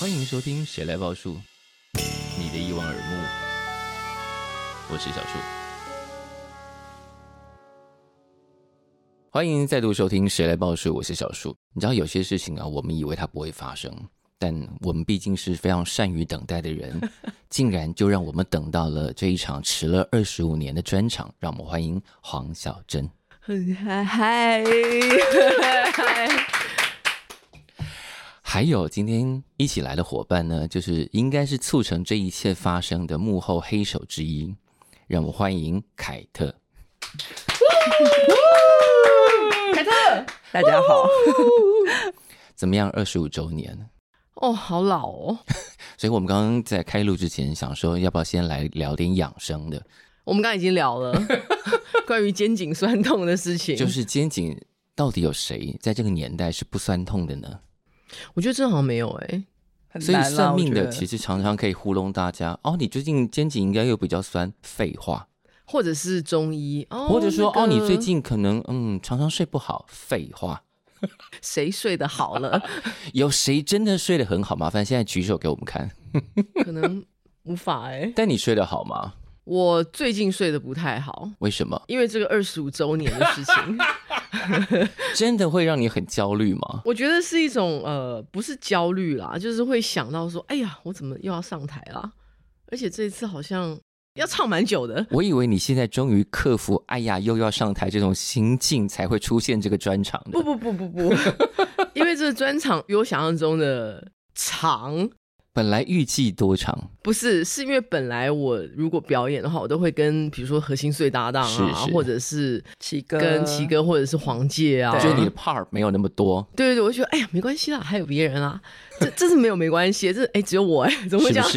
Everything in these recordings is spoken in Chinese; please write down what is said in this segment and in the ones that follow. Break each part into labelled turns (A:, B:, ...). A: 欢迎收听《谁来报数》，你的一望而目，我是小树。欢迎再度收听《谁来报数》，我是小树。你知道有些事情啊，我们以为它不会发生，但我们毕竟是非常善于等待的人，竟然就让我们等到了这一场迟了二十五年的专场。让我们欢迎黄小珍。
B: 很嗨嗨，
A: 还有今天一起来的伙伴呢，就是应该是促成这一切发生的幕后黑手之一，让我们欢迎凯特。
B: 凯特，大家好。
A: 怎么样？二十五周年，
B: 哦，好老哦。
A: 所以我们刚刚在开录之前想说，要不要先来聊点养生的？
B: 我们刚刚已经聊了 关于肩颈酸痛的事情，
A: 就是肩颈到底有谁在这个年代是不酸痛的呢？
B: 我觉得这好像没有哎、
C: 很
A: 所以
C: 难啦，
A: 算
C: 我
A: 命
C: 觉
A: 的
C: 得
A: 其实常常可以糊弄大家哦，你最近肩颈应该又比较酸，废话。
B: 或者是中医，哦、
A: 或者说、
B: 那
A: 哦，
B: 个
A: 你最近可能嗯常常睡不好，废话。
B: 谁睡得好 了？
A: 有谁真的睡得很好？麻烦现在举手给我们看。
B: 可能无法哎、
A: 但你睡得好吗？
B: 我最近睡得不太好，
A: 为什么？
B: 因为这个二十五周年的事情，
A: 真的会让你很焦虑吗？
B: 我觉得是一种呃，不是焦虑啦，就是会想到说，哎呀，我怎么又要上台啦？而且这一次好像要唱蛮久的。
A: 我以为你现在终于克服“哎呀，又要上台”这种心境，才会出现这个专场
B: 不
A: 的。
B: 不不不不， 因为这个专场比我想象中的长，
A: 本来预计多长，
B: 不是，是因为本来我如果表演的话，我都会跟比如说核心碎搭档啊，
A: 是是
B: 或者是
C: 奇哥
B: 跟奇，哥或者是黄介啊，
C: 对
A: 就是你的 part 没有那么多，
B: 对对对，我就觉得哎呀没关系啦，还有别人啊，这这是没有没关系，这哎只有我哎，怎么会
A: 是不
B: 这样？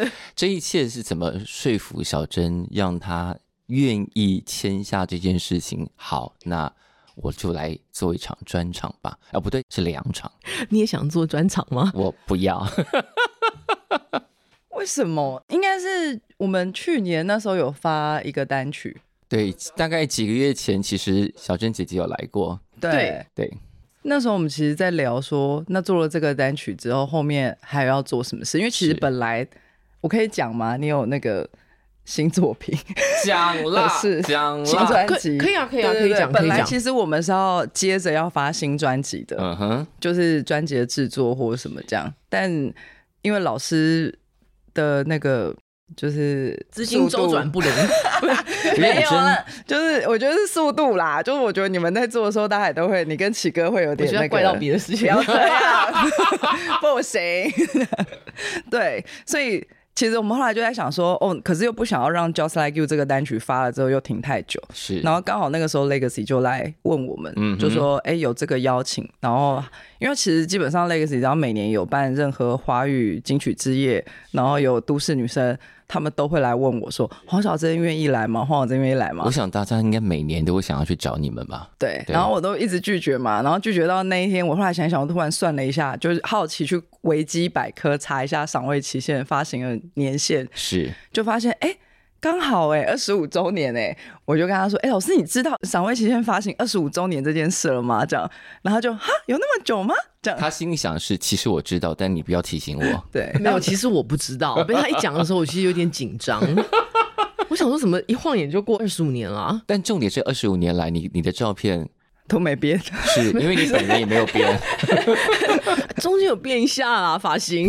A: 是？ 这一切是怎么说服小珍，让她愿意签下这件事情？好，那我就来做一场专场吧。啊，不对，是两场，
B: 你也想做专场吗？
A: 我不要。
C: 为什么？应该是我们去年那时候有发一个单曲，
A: 对，大概几个月前，其实小珍姐姐有来过。
C: 对，
B: 对
A: 对，
C: 那时候我们其实在聊说，那做了这个单曲之后，后面还要做什么事？因为其实
A: 是
C: 本来我可以讲嘛，你有那个新作品，
A: 讲
C: 啦 是
A: 讲
C: 新专
B: 可
C: 辑
B: 嗯可以啊可以啊
C: 对对
B: 可以讲
C: 对本
B: 可以
C: 来
B: 讲
C: 其实我们是要接着要发新专辑的，
A: 嗯哼，
C: 就是专辑的制作或者什么这样，但因为老师的那个 就是
B: 资金周转不灵，
C: 没有啊
A: 认
B: 啊
C: 了， 就是我觉得是速度啦，就是我觉得你们在做的时候，大家也都会，你跟启哥会有
B: 我
C: 点
B: 觉
C: 那
B: 得
C: 个，
B: 怪到别的事
C: 不
B: 情
C: 要。这 样，不行。 对，所以其实我们后来就在想说，哦，可是又不想要让《Just Like You》这个单曲发了之后又停太久，
A: 是。
C: 然后刚好那个时候 Legacy 就来问我们，
A: 嗯哼
C: 就说哎、诶有这个邀请，然后因为其实基本上 Legacy 只要每年有办任何华语金曲之夜，然后有都市女生，他们都会来问我说黄小珍愿意来吗？黄小珍愿意来吗
A: 我？想大家应该每年都会想要去找你们吧？
C: 对，
A: 对
C: 然后我都一直拒绝嘛，然后拒绝到那一天，我后来想一想，我突然算了一下，就是好奇去维基百科查一下赏味期限、发行的年限，
A: 是，
C: 就发现哎。诶刚好哎、二十五周年哎、我就跟他说，哎、老师，你知道赏味期限发行二十五周年这件事了吗？这样，然后他就哈，有那么久吗？这样，
A: 他心里想是，其实我知道，但你不要提醒我。
C: 对，
B: 没有，其实我不知道，被他一讲的时候，我其实有点紧张。我想说，怎么一晃眼就过二十五年了、啊？
A: 但重点是，二十五年来，你你的照片
C: 都没变，
A: 是因为你本人也没有 变，
B: 中间有变一下啦，发型。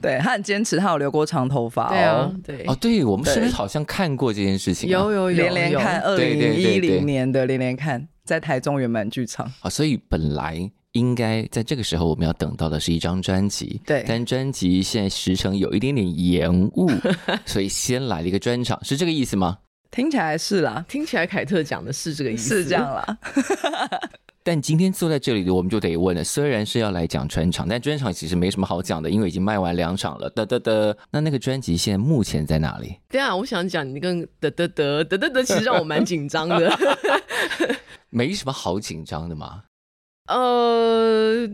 C: 对他很坚持，他有留过长头发、哦，
B: 对啊，对
A: 哦，，对我们是不是
C: 对
A: 好像看过这件事情啊？
B: 有有有
C: 连连看，
B: 有
C: 二
A: 对对
C: 零
A: 对
C: 一
A: 对
C: 零年的连连看，在台中圆满剧场，
A: 啊，所以本来应该在这个时候我们要等到的是一张专辑，
C: 对
A: 但专辑现在时程有一点点延误，所以先来了一个专场，是这个意思吗？
C: 听起来是啦，
B: 听起来凯特讲的是这个意思，
C: 是这样。啦，
A: 但今天坐在这里的我们就得问了，虽然是要来讲专场，但专场其实没什么好讲的，因为已经卖完两场了。得得得，那那个专辑现在目前在哪里？
B: 对啊，我想讲你跟得得得得得得，其实让我蛮紧张 的。
A: 没什么好紧张的嘛。
B: 呃，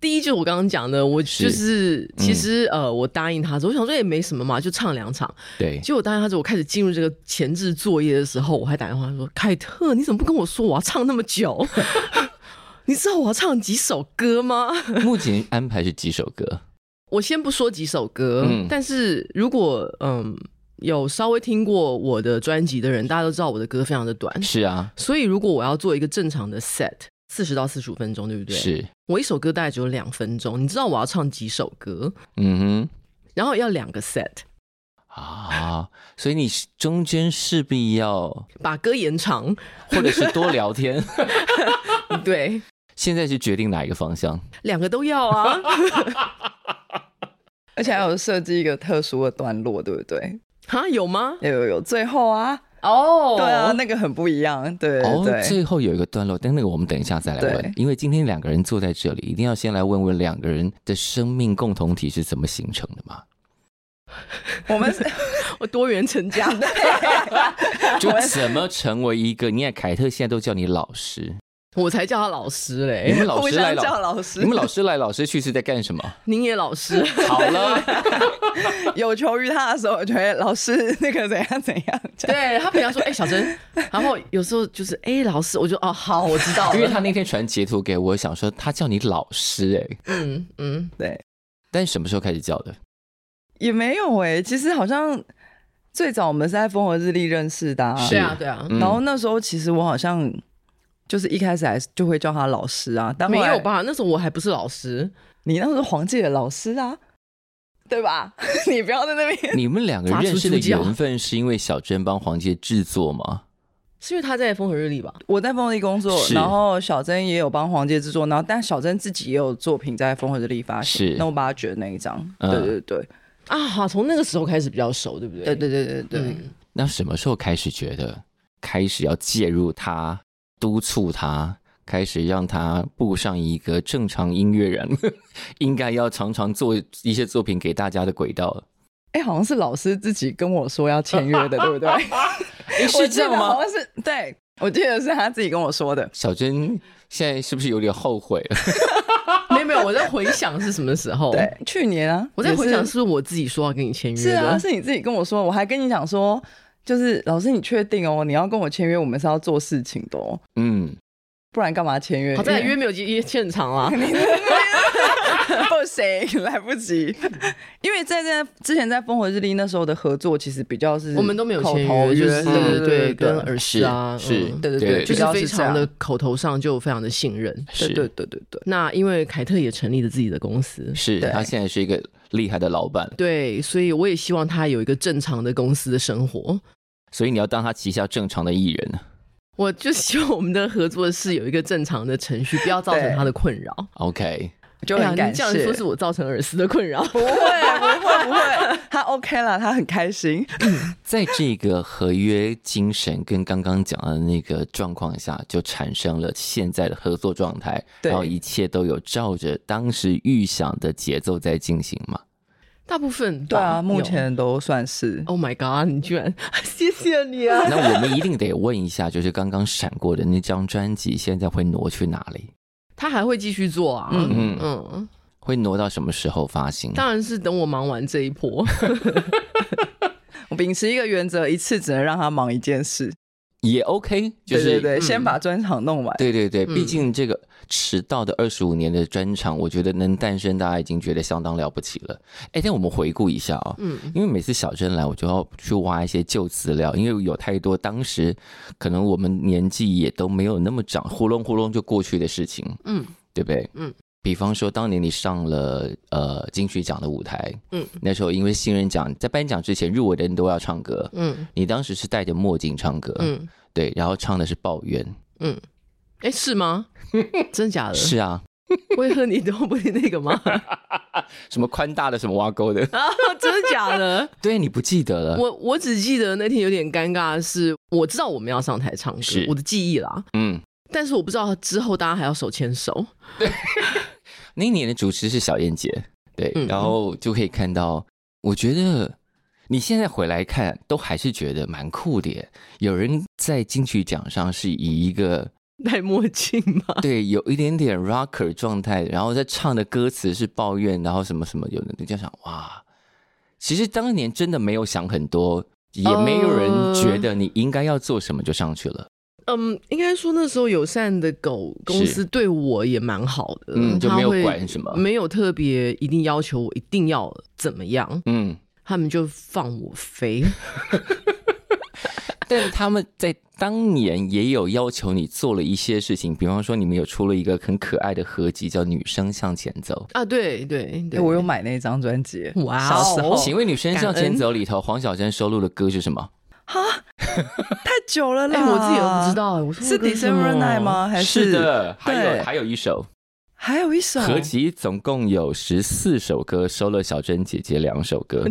B: 第一就是我刚刚讲的，我就是是其实、呃，我答应他之后，我想说也没什么嘛，就唱两场。
A: 对，
B: 结果答应他之后，我开始进入这个前置作业的时候，我还打电话说：“凯特，你怎么不跟我说我要唱那么久？ 你知道我要唱几首歌吗？”
A: 目前安排是几首歌？
B: 我先不说几首歌，
A: 嗯
B: 但是如果嗯有稍微听过我的专辑的人，大家都知道我的歌非常的短，
A: 是啊，
B: 所以如果我要做一个正常的 set，四十到四十五分钟，对不对？
A: 是，
B: 我一首歌大概只有两分钟，你知道我要唱几首歌，
A: 嗯
B: 然后要两个 set，
A: 哼，啊，所以你是中间势必要，
B: 把歌延长，
A: 或者是多聊天。
B: 对，
A: 现在是决定哪一个方向？
B: 两个都要 啊。
C: 而且还有设计一个特殊的段落，对不对？
B: 哈，有吗？
C: 有有有，最后啊，
B: 哦
C: 对啊，那个很不一样，对对
A: 哦
C: 对，，
A: 最后有一个段落，但那个我们等一下再来问
C: 对，
A: 因为今天两个人坐在这里，一定要先来问问两个人的生命共同体是怎么形成的嘛？
C: 我们是
B: 我多元成 家，
A: 就怎么成为一个？你看凯特现在都叫你老师，
B: 我才叫他老师
A: 你
B: 嘞，
A: 们老
C: 哎互
A: 师来老
C: 相叫老师，
A: 你们老师来老师去是在干什 么？
B: 您也老师，
A: 好了，
C: 有求于他的时候，我觉得老师 那个怎样怎样，这
A: 啊
C: 样
B: 对他平常说哎、小珍，然后有时候就是哎、老师，我就哦好我知道
A: 因为
B: 了，
A: 他那天传截图给我，想说他叫你老师哎、
B: 嗯嗯，
C: 对，
A: 但什么时候开始叫的？
C: 也没有哎、其实好像最早我们是在风和日丽认识的、啊，
A: 是
B: 对啊对啊，
A: 嗯
C: 然后那时候其实我好像就是一开始还是就会叫他老师啊，但
B: 没
C: 后来
B: 有？吧？那时候我还不是老师，
C: 你那时候黄记的老师啊，对吧？ 你不要在那边，
A: 你们两个认识的缘分是因为小珍帮黄杰制作吗？
B: 是因为他在风和日丽吧？
C: 我在风和日丽工作，
A: 是
C: 然后小珍也有帮黄记制作，然后但小珍自己也有作品在风和日丽发行，
A: 是
C: 那我把她卷那一张，
A: 嗯
C: 对对对
B: 啊，好，从那个时候开始比较熟，对不对？
C: 对对对对对，
B: 嗯
A: 那什么时候开始觉得开始要介入他，督促他，开始让他步上一个正常音乐人 应该要常常做一些作品给大家的轨道了？
C: 哎、好像是老师自己跟我说要签约的，对不对？
A: 诶是这样
C: 我记得
A: 吗
C: 好？像是对，我记得是他自己跟我说的。
A: 小珍现在是不是有点后悔了？
B: 没有没有，我在回想是什么时候？
C: 对，去年啊，
B: 我在回想
C: 也
B: 是不是我自己说要跟你签约
C: 是啊，
B: 的？
C: 是你自己跟我说，我还跟你讲说，就是老师，你确定哦，你要跟我签约，我们是要做事情的哦，
A: 嗯，
C: 不然干嘛签约？
B: 好在
C: 因为
B: 约没有约现场 啊，
C: 不行，来不及，因为在在之前在烽火日丽那时候的合作，其实比较是
B: 我们都没有
C: 口
B: 签
C: 头
B: 约，就是
C: 对
B: 对
C: 对
B: 对，
C: 对
B: 跟
C: 对
B: 耳饰啊，
A: 是
B: 嗯
A: 是
C: 对对
A: 对
C: 对，
B: 就
C: 比较
B: 是
C: 是
B: 非
C: 这
B: 常
C: 样
B: 的，口头上就非常的信任。
A: 是
C: 对对对对对，
B: 那因为凯特也成立了自己的公司，
A: 是
C: 对
A: 他现在是一个厉害的老板，
B: 对，所以我也希望他有一个正常的公司的生活。
A: 所以你要当他旗下正常的艺人
B: 我就希望我们的合作是有一个正常的程 序，不要造成他的困扰。
A: ，OK。
C: 就
B: 哎呀
C: 很
B: 你
C: 感
B: 这
C: 谢。
B: 样说是我造成耳丝的困扰。
C: 不会，不会，不会，他 OK 了，他很开心。
A: 在这个合约精神跟刚刚讲的那个状况下，就产生了现在的合作状态，
C: 对
A: 然后一切都有照着当时预想的节奏在进行 嘛。
B: 大部分吧
C: 对啊，
B: 有
C: 目前都算是
B: Oh my God！你居然 谢谢你啊！
A: 那我们一定得问一下，就是刚刚闪过的那张专辑，现在会挪去哪里？
B: 他还会继续做啊，
A: 嗯
B: 嗯嗯，
A: 会挪到什么时候发行？
B: 当然是等我忙完这一波。
C: 我秉持一个原则，一次只能让他忙一件事。
A: 也 OK，就是
C: 对对对，
B: 嗯
C: 先把专场弄完。
A: 对对对，
B: 嗯
A: 毕竟这个迟到的二十五年的专场，我觉得能诞生，大家已经觉得相当了不起了。哎，但我们回顾一下啊、
B: 嗯
A: 因为每次小珍来，我就要去挖一些旧资料，因为有太多当时可能我们年纪也都没有那么长，呼隆呼隆就过去的事情，
B: 嗯，
A: 对不对？
B: 嗯。
A: 比方说，当年你上了呃金曲奖的舞台，
B: 嗯，
A: 那时候因为新人奖在颁奖之前，入围的人都要唱歌，
B: 嗯
A: 你当时是戴着墨镜唱歌，，
B: 嗯，
A: 对，然后唱的是《抱怨》，
B: 哎，是 吗？真假的？
A: 是啊，
B: 为何你都不听那 个吗？
A: 什么宽大的，什么挖沟的，
B: 啊，真的假的？
A: 对你不记得了，
B: 我我只记得那天有点尴尬的是，我知道我们要上台唱歌
A: 是，
B: 我的记忆啦，
A: 嗯，
B: 但是我不知道之后大家还要手牵手。
A: 那一年的主持是小燕姐，对，
B: 嗯
A: 然后就可以看到，我觉得你现在回来 看，都还是觉得蛮酷的耶。有人在金曲奖上是以一个
B: 戴墨镜吗？
A: 对，有一点点 rocker 状态，然后在唱的歌词是抱怨，然后什么什么，有人就想哇，其实当年真的没有想很多，也没有人觉得你应该要做什么就上去了，
B: 嗯，应该说那时候友善的狗公司对我也蛮好的，
A: 嗯，就
B: 他
A: 没有
B: 会
A: 管什么，
B: 没有特别一定要求我一定要怎么样，
A: 嗯，
B: 他们就放我飞。
A: 但他们在当年也有要求你做了一些事情，比方说你们有出了一个很可爱的合集，叫《女生向前走
B: 啊，对对对，
C: 欸我有买那张专辑，
B: 哇
C: 小
B: 哦
C: 时》。候
A: 请问《女生向
B: 感
A: 前
B: 恩
A: 走》里头，黄小珍收录的歌是什么？
C: 太久了
B: 哎、
C: 啦，
B: 我自己都不知。道、哎，我说
C: 是
B: 我跟什么
C: December Night 吗？还
A: 是的，还
C: 对
A: 有还有一首
C: 还有一首
A: 合集，总共有十四首歌，收了小珍姐姐两首歌，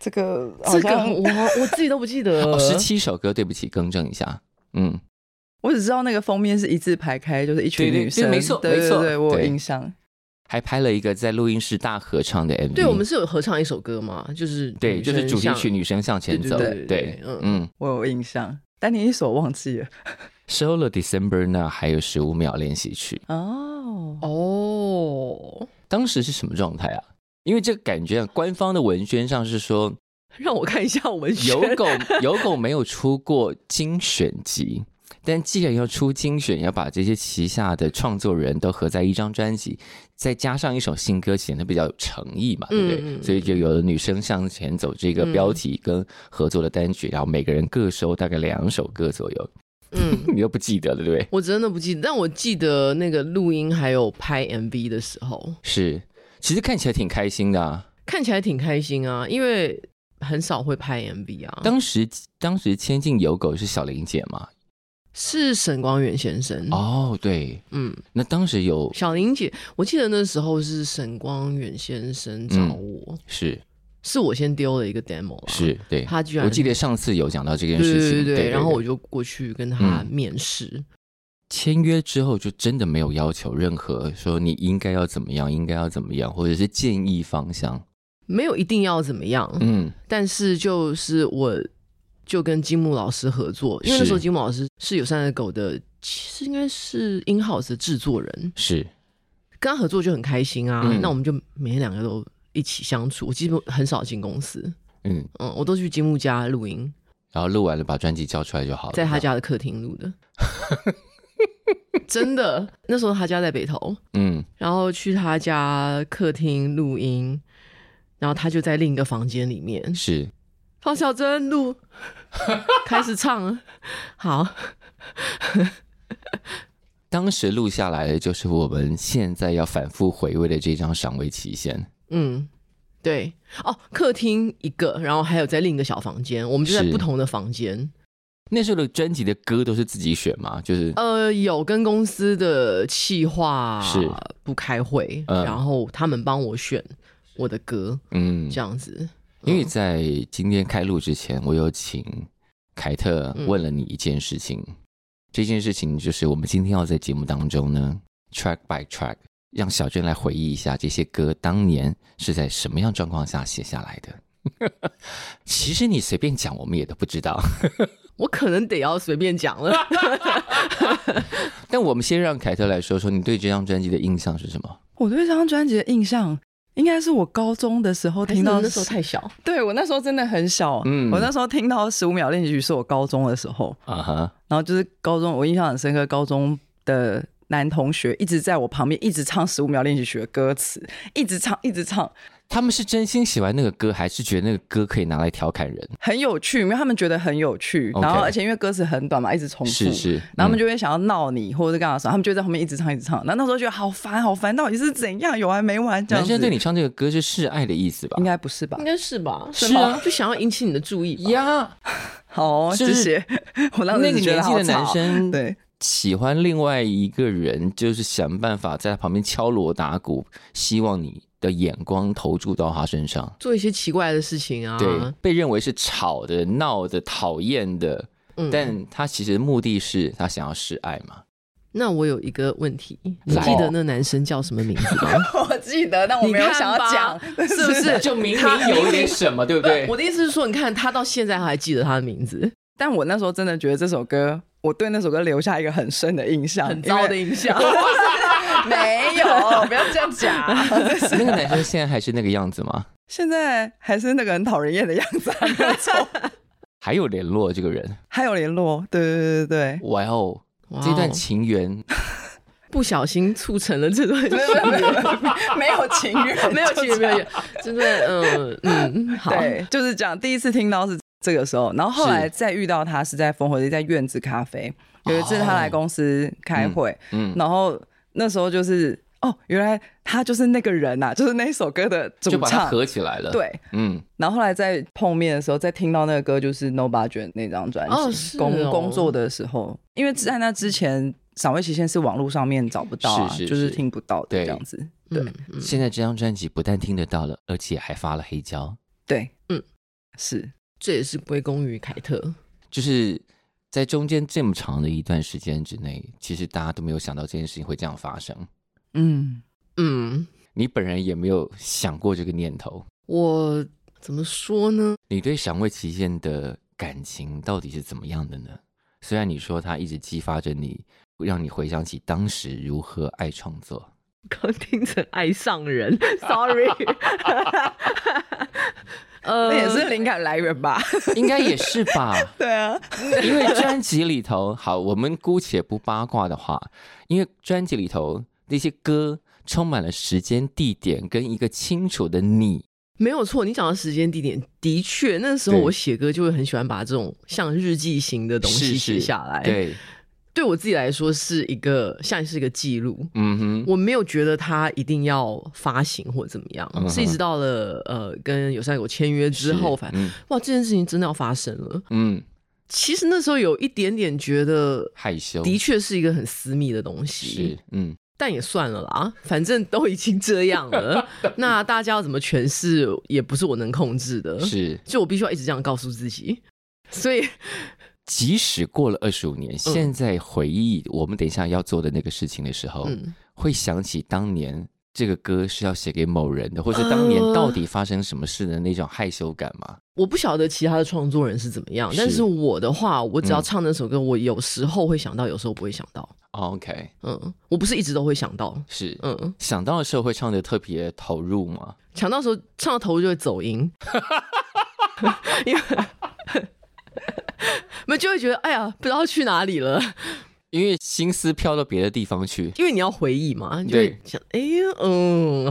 C: 这个好
B: 这个
C: 像
B: 我我自己都不记 得
A: 哦，十七首歌，对不起，更正一下，嗯，
C: 我只知道那个封面是一字排开，就是一群
A: 对对
C: 女生，
A: 对没错
C: 对
A: 没
C: 对
A: 错
C: 对，我有
A: 对
C: 印象。
A: 还拍了一个在录音室大合唱的 MV，
B: 对，我们是有合唱一首歌嘛，就是
A: 对，
B: 女
A: 就
B: 生
A: 是主题
B: 像
A: 曲《女生向前
B: 对
A: 走》，
B: 对对对嗯
A: 嗯。
C: 我有印象，但你一首忘记了
A: 收了 December 呢，还有十五秒练习曲。
C: 哦。
B: 哦，
A: 当时是什么状态啊？因为这个感觉啊，官方的文宣上是 说
B: 让我看一下文学。
A: 有狗有狗没有出过精选集，但既然要出精选，要把这些旗下的创作人都合在一张专辑，再加上一首新歌，显得比较有诚意嘛，对不对？
B: 嗯嗯嗯
A: 所以就有了女生向前走这个标题跟合作的单曲，然后每个人各收大概两首歌左右。
B: 嗯，
A: 你又不记得了，对不对？
B: 我真的不记得，但我记得那个录音还有拍 MV 的时候，
A: 是，其实看起来挺开心的啊。
B: 看起来挺开心啊，因为很少会拍 MV 啊。
A: 当时当时签进有狗是小玲姐嘛？
B: 是沈光远先生，
A: 哦，对，
B: 嗯，
A: 那当时有
B: 小玲姐，我记得那时候是沈光远先生找我，
A: 是
B: 是我先丢了一个 demo 啊，
A: 嗯是，对，
B: 他居然
A: 我记得上次有讲到这件
B: 对对
A: 事情，
B: 对对
A: 对
B: 然后我就过去跟他面试，
A: 签约之后就真的没有要求任何说你应该要怎么样，应该要怎么样，或者是建议方向。
B: 没有一定要怎么样，
A: 嗯，
B: 但是就是我就跟金木老师合作，因为那
A: 是
B: 时候金木老师是有三的狗的，其实应该是 in house 的制作人，
A: 是
B: 跟他合作就很开心啊。
A: 嗯
B: 那我们就每天两个都一起相处，我基本很少进公司，
A: 嗯，
B: 嗯，我都去金木家录音，
A: 然后录完了把专辑交出来就好了，
B: 在他，家的客厅录的， 真的。那时候他家在北投，
A: 嗯，
B: 然后去他家客厅录音，然后他就在另一个房间里面，
A: 是
B: 方小珍录， 开始唱了，好，
A: 当时录下来的就是我们现在要反复回味的这张赏味期限。
B: 嗯。对哦，客厅一个，然后还有在另一个小房间，我们就在
A: 是
B: 不同的房间。
A: 那时候的专辑的歌都是自己选嘛，就是
B: 呃，有跟公司的企划
A: 是
B: 不开会，
A: 嗯
B: 然后他们帮我选我的歌，
A: 嗯，
B: 这样子。
A: 因
C: 嗯
A: 为在今天开录之前，我有请凯特
C: 嗯
A: 问了你一件事情，这件事情就是我们今天要在节目当中呢，track by track，让小娟来回忆一下这些歌当年是在什么样状况下写下来的。其实你随便讲，我们也都不知道。
B: 我可能得要随便讲了。
A: 但我们先让凯特来说说你对这张专辑的印象是什么？
C: 我对这张专辑的印象，应该是我高中的时候
B: 还是
C: 听到
B: 你那时候太小，
C: 对我那时候真的很小，
A: 嗯
C: 我那时候听到十五秒练习曲是我高中的时候，
A: 啊哈，
C: 然后就是高中我印象很深刻，高中的男同学一直在我旁边一直唱十五秒练习曲的歌词，一直唱一直唱，
A: 他们是真心喜欢那个歌，还是觉得那个歌可以拿来调侃人？
C: 很有趣，因为他们觉得很有趣，
A: OK
C: 然后而且因为歌词很短嘛，一直重复，
A: 是是，嗯
C: 然后他们
A: 就
C: 就会想要闹你或者是干嘛的时候，他们就会在后面一直唱一直唱，然后那时候觉得好烦好烦，到底是怎样有完没完这样
A: 男
C: 子？
A: 生对你唱这个歌是示爱的意思吧
C: 应？该不是吧
B: 应？该是吧？
A: 是啊
B: 吗就想要引起你的注意吧。
A: 呀。
C: 好哦、
A: 就是
C: 谢谢。 我当
A: 那
C: 时
A: 个
C: 只觉
A: 年
C: 得
A: 纪
C: 好
A: 的男
C: 吵
A: 生，
C: 对，
A: 喜欢另外一个人，就是想办法在他旁边敲锣打鼓，希望你的眼光投注到他身上。
B: 做一些奇怪的事情啊。
A: 对，被认为是吵的、闹的、讨厌的，
B: 嗯
A: 但他其实目的是他想要示爱嘛。
B: 那我有一个问题，你
A: 来
B: 记得那男生叫什么名字吗？
C: 我记得，但我
B: 你
C: 没有
B: 看
C: 想要
B: 吧
C: 讲，
B: 是不是？
A: 就明
B: 他
A: 明有一点什么，对不对
B: 我？的意思是说，你看他到现在还记得他的名字，
C: 但我那时候真的觉得这首歌我对那首歌留下一个很深的印象，
B: 很糟的
C: 啊因为。
B: 印象。
C: 没有， 不要这样讲。
A: 那个男生现在还是那个样子吗？
C: 现在还是那个很讨人厌的样子、啊，没有错。
A: 还有联络这个人？
C: 还有联络，对对对对
A: 哇哦，
B: 哇
A: 这段
B: 哦
A: 情缘
B: 不小心促成了这段情
C: 对，没
B: 缘，
C: 有没有 没有情 缘，
B: 没有情
C: 就
B: 缘，
C: 这
B: 没有
C: 样
B: 情缘，真的，嗯嗯，好，
C: 对， 就是这样。第一次听到是这个时候，然后后来
A: 是哦
C: 再遇到他是在烽火街，在院子咖啡。有一次他来公司开会，
A: 嗯，
C: 然后那时候就是哦，原来他就是那个人呐、 就是那首歌的主
A: 就把它
C: 唱。
A: 合起来了。，
C: 对，
A: 嗯，
C: 然后后来在碰面的时候，再听到那个歌就是 No Budget 那张专辑，
B: 哦是
C: 工
B: 哦
C: 工作的时候，因为在那之前，赏味期限是网络上面找不到、啊，
A: 是是
C: 就是是听不到的
A: 对
C: 这样子。对
B: 嗯，嗯
A: 现在这张专辑不但听得到了，而且还发了黑胶，
C: 对，
B: 嗯，
C: 是
B: 这也是归功于凯特，
A: 就是在中间这么长的一段时间之内，其实大家都没有想到这件事情会这样发生，
C: 嗯，
B: 嗯，
A: 你本人也没有想过这个念头。
B: 我怎么说呢？
A: 你对赏味期限的感情到底是怎么样的呢？虽然你说它一直激发着你，让你回想起当时如何爱创作，
B: 刚听成爱上人，sorry，呃
C: 那也是灵感来源吧？
A: 应该也是吧？
C: 对啊，
A: 因为专辑里头，好，我们姑且不八卦的话，因为专辑里头那些歌充满了时间、地点跟一个清楚的你，
B: 没有错，你讲的时间地点的确，那时候
A: 对
B: 我写歌就会很喜欢把这种像日记型的东西
A: 是
B: 写
A: 是
B: 下来。，
A: 对，
B: 对我自己来说是一个像是一个记录。
A: 嗯哼，
B: 我没有觉得它一定要发行或怎么样，
A: 嗯哼
B: 是一直到了呃跟友善有签约之后，
A: 是
B: 反正
A: 嗯
B: 哇这件事情真的要发生了。
A: 嗯
B: 其实那时候有一点点觉得，
A: 害羞，
B: 的确是一个很私密的东西
A: 是，，嗯，
B: 但也算了啦，反正都已经这样 了，那大家要怎么诠释也不是我能控制的，
A: 是。
B: 就我必须要一直这样告诉自己。所以，
A: 即使过了二十五
B: 嗯
A: 年，现在回忆我们等一下要做的那个事情的时候，
B: 嗯，
A: 会想起当年这个歌是要写给某人的，或者当年到底发生什么事的那种害羞感吗？
B: 我不晓得其他的创作人是怎么样，
A: 是
B: 但是我的话，我只要
A: 嗯
B: 唱那首歌，我有时候会想到，有时候不会想到。
A: OK，
B: 嗯，我不是一直都会想到，
A: 是。
B: 嗯，
A: 想到的时候会唱的特别投入吗？
B: 想到的时候唱到头就会 走音， 因为 没有就会觉得哎呀，不知道去哪里了，
A: 因为心思飘到别的地方去。
B: 因为你要回忆嘛，你就
A: 对
B: 会想，哎呀，嗯，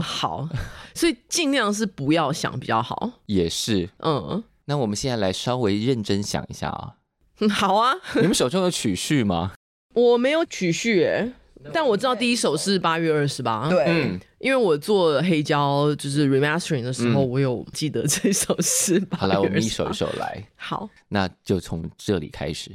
B: 好，所以尽量是不要想比较好，
A: 也是。
B: 嗯，
A: 那我们现在来稍微认真想一下啊，
B: 嗯好啊，
A: 你们手中有曲序吗？
B: 我没有曲序耶，但我知道第一首是八月二十八，，
C: 对，
A: 嗯，
B: 因为我做黑胶就是 remastering 的时候，
A: 嗯
B: 我有记得这首是 8月28。
A: 好，来，我们一首一首来，
B: 好。
A: 那就从这里开始。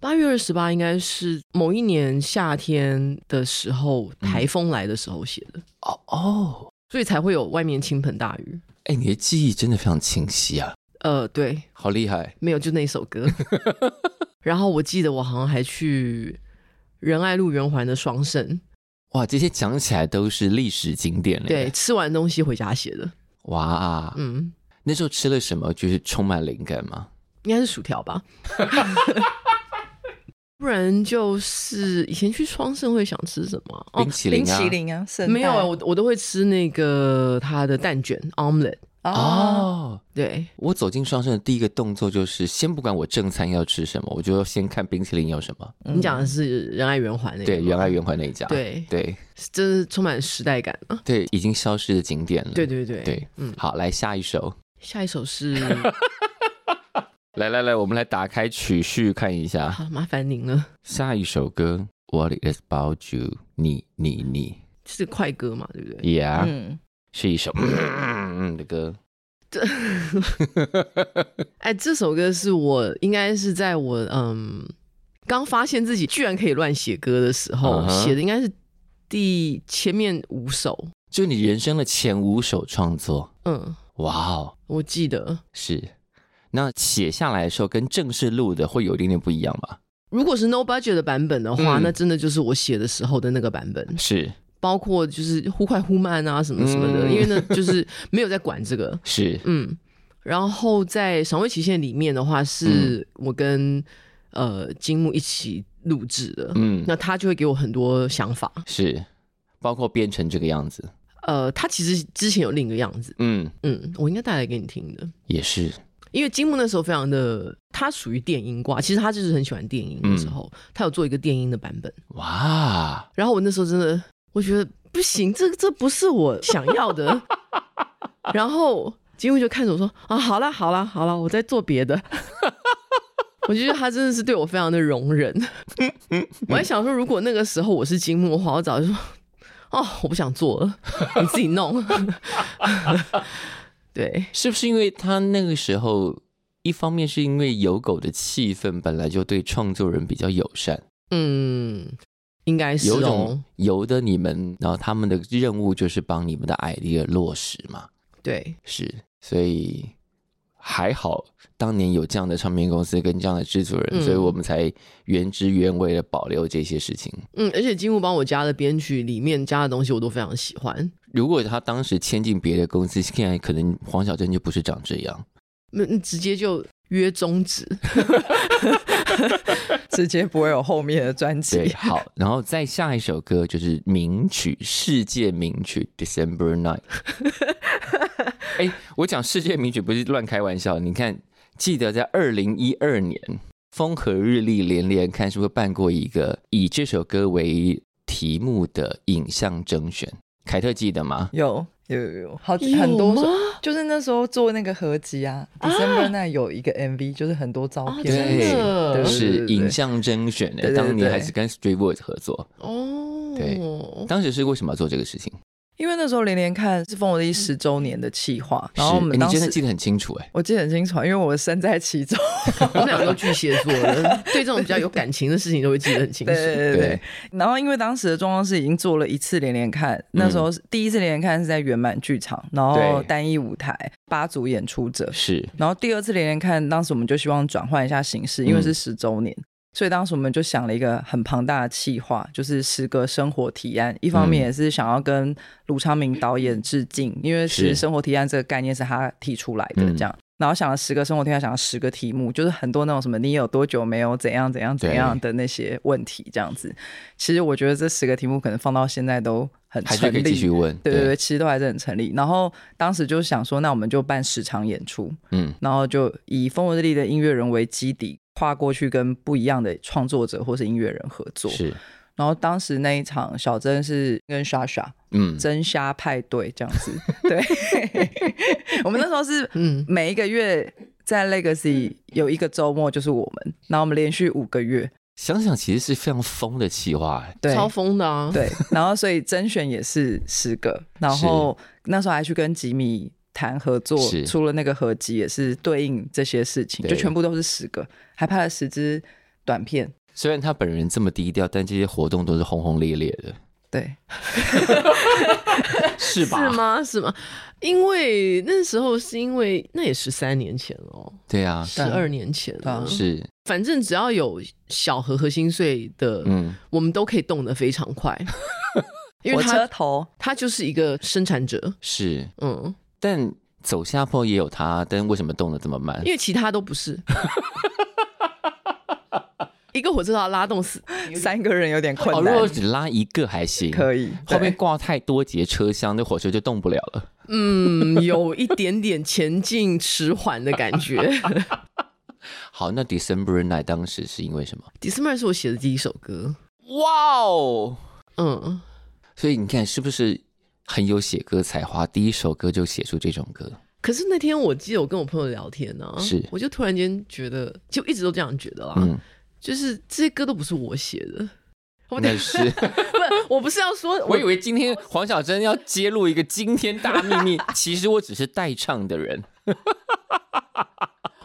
B: 八月二十八应该是某一年夏天的时候，
A: 嗯
B: 台风来的时候写的，
A: 哦哦，
B: 所以才会有外面倾盆大雨。
A: 哎，你的记忆真的非常清晰啊，
B: 呃，对，
A: 好厉害。
B: 没有就那一 首歌。然后我记得我好像还去仁爱路圆环的双盛，
A: 哇，这些讲起来都是历史景点嘞。
B: 对，，吃完东西回家写的，
A: 哇，
B: 嗯，
A: 那时候吃了什么就是充满灵感吗？
B: 应该是薯条 吧。不然就是以前去双盛会想吃什么啊？哦
A: 冰，淇淋啊，
C: 淋啊，圣
B: 没有啊，
C: 诞
B: 我我都会吃那个它的蛋卷 omelet，
C: 哦，
A: 哦。
B: 对，
A: 我走进双生的第一个动作就是，先不管我正餐要吃什么，我就要先看冰淇淋有什么。
C: 嗯
B: 你讲的是仁爱圆环那个吗，
A: 嗯对，原来圆环那一家，
B: 对
A: 对
B: 真是充满时代感啊！
A: 对，已经消失的景点了。
B: 对对对
A: 对，
B: 嗯，
A: 好，来下一首，
B: 下一首是，
A: 来来来，我们来打开曲序看一下，
B: 好麻烦您了，
A: 下一首歌《What Is About You》，你你你
B: 这是快歌嘛，对不对？
A: ，Yeah，、
C: 嗯，
A: 是一首嗯的歌，
B: 哎，这首歌是我应该是在我嗯刚发现自己居然可以乱写歌的时候、
A: 嗯哼
B: 写的，应该是第前面五首，
A: 就你人生的前五首创作，
B: 嗯，
A: 哇哦，
B: 我记得。
A: 是。那写下来的时候跟正式录的会有一点点不一样吧？
B: 如果是 No Budget 的版本的话，
A: 嗯
B: 那真的就是我写的时候的那个版本，
A: 是
B: 包括就是忽快忽慢啊什么什么的，
A: 嗯
B: 因为呢就是没有在管这个，
A: 是，嗯
B: 嗯，然后在赏味期限里面的话，是我跟、呃金木一起录制的，
A: 嗯，
B: 那他就会给我很多想法。
A: 是，包括编成这个样子，
B: 呃，他其实之前有另一个样子，
A: 嗯，
B: 嗯，我应该带来给你听的。
A: 也是，
B: 因为金木那时候非常的，他属于电音挂，其实他就是很喜欢电音的时候，他有做一个电音的版本。
A: 哇，
B: 然后我那时候真的，我觉得不行，这这不是我想要 的。然后金木就看着我说：“啊，好啦，好啦，好啦，我在做别的。” 我觉得他真的是对我非常的容忍。
A: 嗯
B: 我还想说，如果那个时候我是金木的话，我早就说：“哦，我不想做了，你自己弄。” 对，
A: 是不是因为他那个时候，一方面是因为有狗的气氛本来就对创作人比较友善，
B: 嗯，应该是
A: 有
B: 哦
A: 种。由得你们，然后他们的任务就是帮你们的 idea 落实嘛，
B: 对，
A: 是，所以还好当年有这样的唱片公司跟这样的制作人，
B: 嗯
A: 所以我们才原汁原味的保留这些事情。
B: 嗯，而且金木帮我加的编曲里面加的东西，我都非常喜欢。
A: 如果他当时签进别的公司，现在可能黄小珍就不是长这样。
B: 那那嗯直接就约终 止。
C: 直接不会有后面的专
A: 对，
C: 辑。
A: 好，然后再下一首歌就是名曲，世界名曲《December Night》。哎，我讲世界名曲不是乱开玩笑，你看，记得在二零一二年，风和日丽连连看是不是办过一个以这首歌为题目的影像征选？凯特记得吗？
C: 有有有有，好很多首，就是那时候做那个合集啊
B: 啊
C: ，December 那有一个 MV，就是很多照
B: 啊
C: 片，
B: 真的
C: 对对
A: 是
C: 对对
A: 影像征选的，
C: 对对对
A: 当年
C: 对
A: 还是跟 Street Boys 合作。
B: 哦，
A: 对当时是为什么要做这个事情？
C: 因为那时候连连看是凤凰一十周年的企划，然后
A: 是
C: 我
A: 哎
C: 们
A: 你
C: 当
A: 真的记
C: 时
A: 得很清楚哎、
C: 我记得很清楚，因为我身在 其中。
B: 我们两个都巨蟹座的，对这种比较有感情的事情都会记得很清楚
C: 对。对对对。然后因为当时的状况是已经做了一次连连看，那时候是第一次连连看是在圆满剧场，然后
A: 嗯对
C: 单一舞台八组演出者，
A: 是
C: 然后第二次连连看，当时我们就希望转换一下形式，
A: 嗯
C: 因为是十周年，所以当时我们就想了一个很庞大的企划，就是十个生活提案。一
A: 嗯
C: 方面也是想要跟卢昌明导演致敬，因为其实
A: 是
C: 生活提案这个概念是他提出来的，
A: 嗯
C: 这样。然后想了十个生活提案，想了十个题目，就是很多那种什么你有多久没有怎样怎样怎样的那些问题，这样子。其实我觉得这十个题目可能放到现在都很
A: 还是
C: 成
A: 可以继续
C: 立。
A: 问。
C: 对对对，其实都还是很成立。然后当时就想说，那我们就办十场演出，
A: 嗯，
C: 然后就以风和日丽的音乐人为基底，跨过去跟不一样的创作者或是音乐人合作。
A: 是，
C: 然后当时那一场，小珍是跟莎莎
A: 嗯，
C: 真虾派对这样子。 对，我们那时候是
B: 嗯，
C: 每一个月在 Legacy 有一个周末就是我们，然后我们连续五个月。
A: 想想其实是非常疯的企划、欸，
C: 对，
B: 超疯的啊！
C: 对， 然后所以甄选也是十个，然后那时候还去跟吉米谈合作
A: 是，
C: 出了那个合集，也是对应这些事情，
A: 对
C: 就全部都是十个，还拍了十支短片。
A: 虽然他本人这么低调，但这些活动都是轰轰烈烈的，
C: 对，
A: 是吧？
B: 是吗？是吗？因为那时候是因为那也十三年前了哦，
A: 对啊，
B: 十二年前
C: 对
B: 了
C: 啊。
A: 是，
B: 反正只要有小和和心碎的，
A: 嗯，
B: 我们都可以动得非常 快，因为
C: 火车
B: 他
C: 头
B: 他就是一个生产者，
A: 是，
B: 嗯，
A: 但走下坡也有他，但为什么动得这么慢
B: 因？为其他都不是。一个火车头要拉动四
C: 三个人有点困
A: 哦，如
C: 难，
A: 果只拉一个还行，
C: 可以
A: 后面
C: 对
A: 挂太多节车厢，那火车就动不了了。
B: 嗯，有一点点前进迟缓的感觉。
A: 好，那 December Night 当时是因为什么？
B: December 是我写的第一首歌，
A: 哇哦！
B: 嗯，
A: 所以你看，是不是很有写歌才华？第一首歌就写出这种歌，
B: 可是那天我记得我跟我朋友聊天呢、
A: 是
B: 我就突然间觉得，就一直都这样觉得啦，
A: 嗯，
B: 就是这些歌都不是我写的，我
A: 那是。
B: 不是，我不是要说，
A: 我以为今天黄小珍要揭露一个惊天大秘 密，其实我只是代唱的人。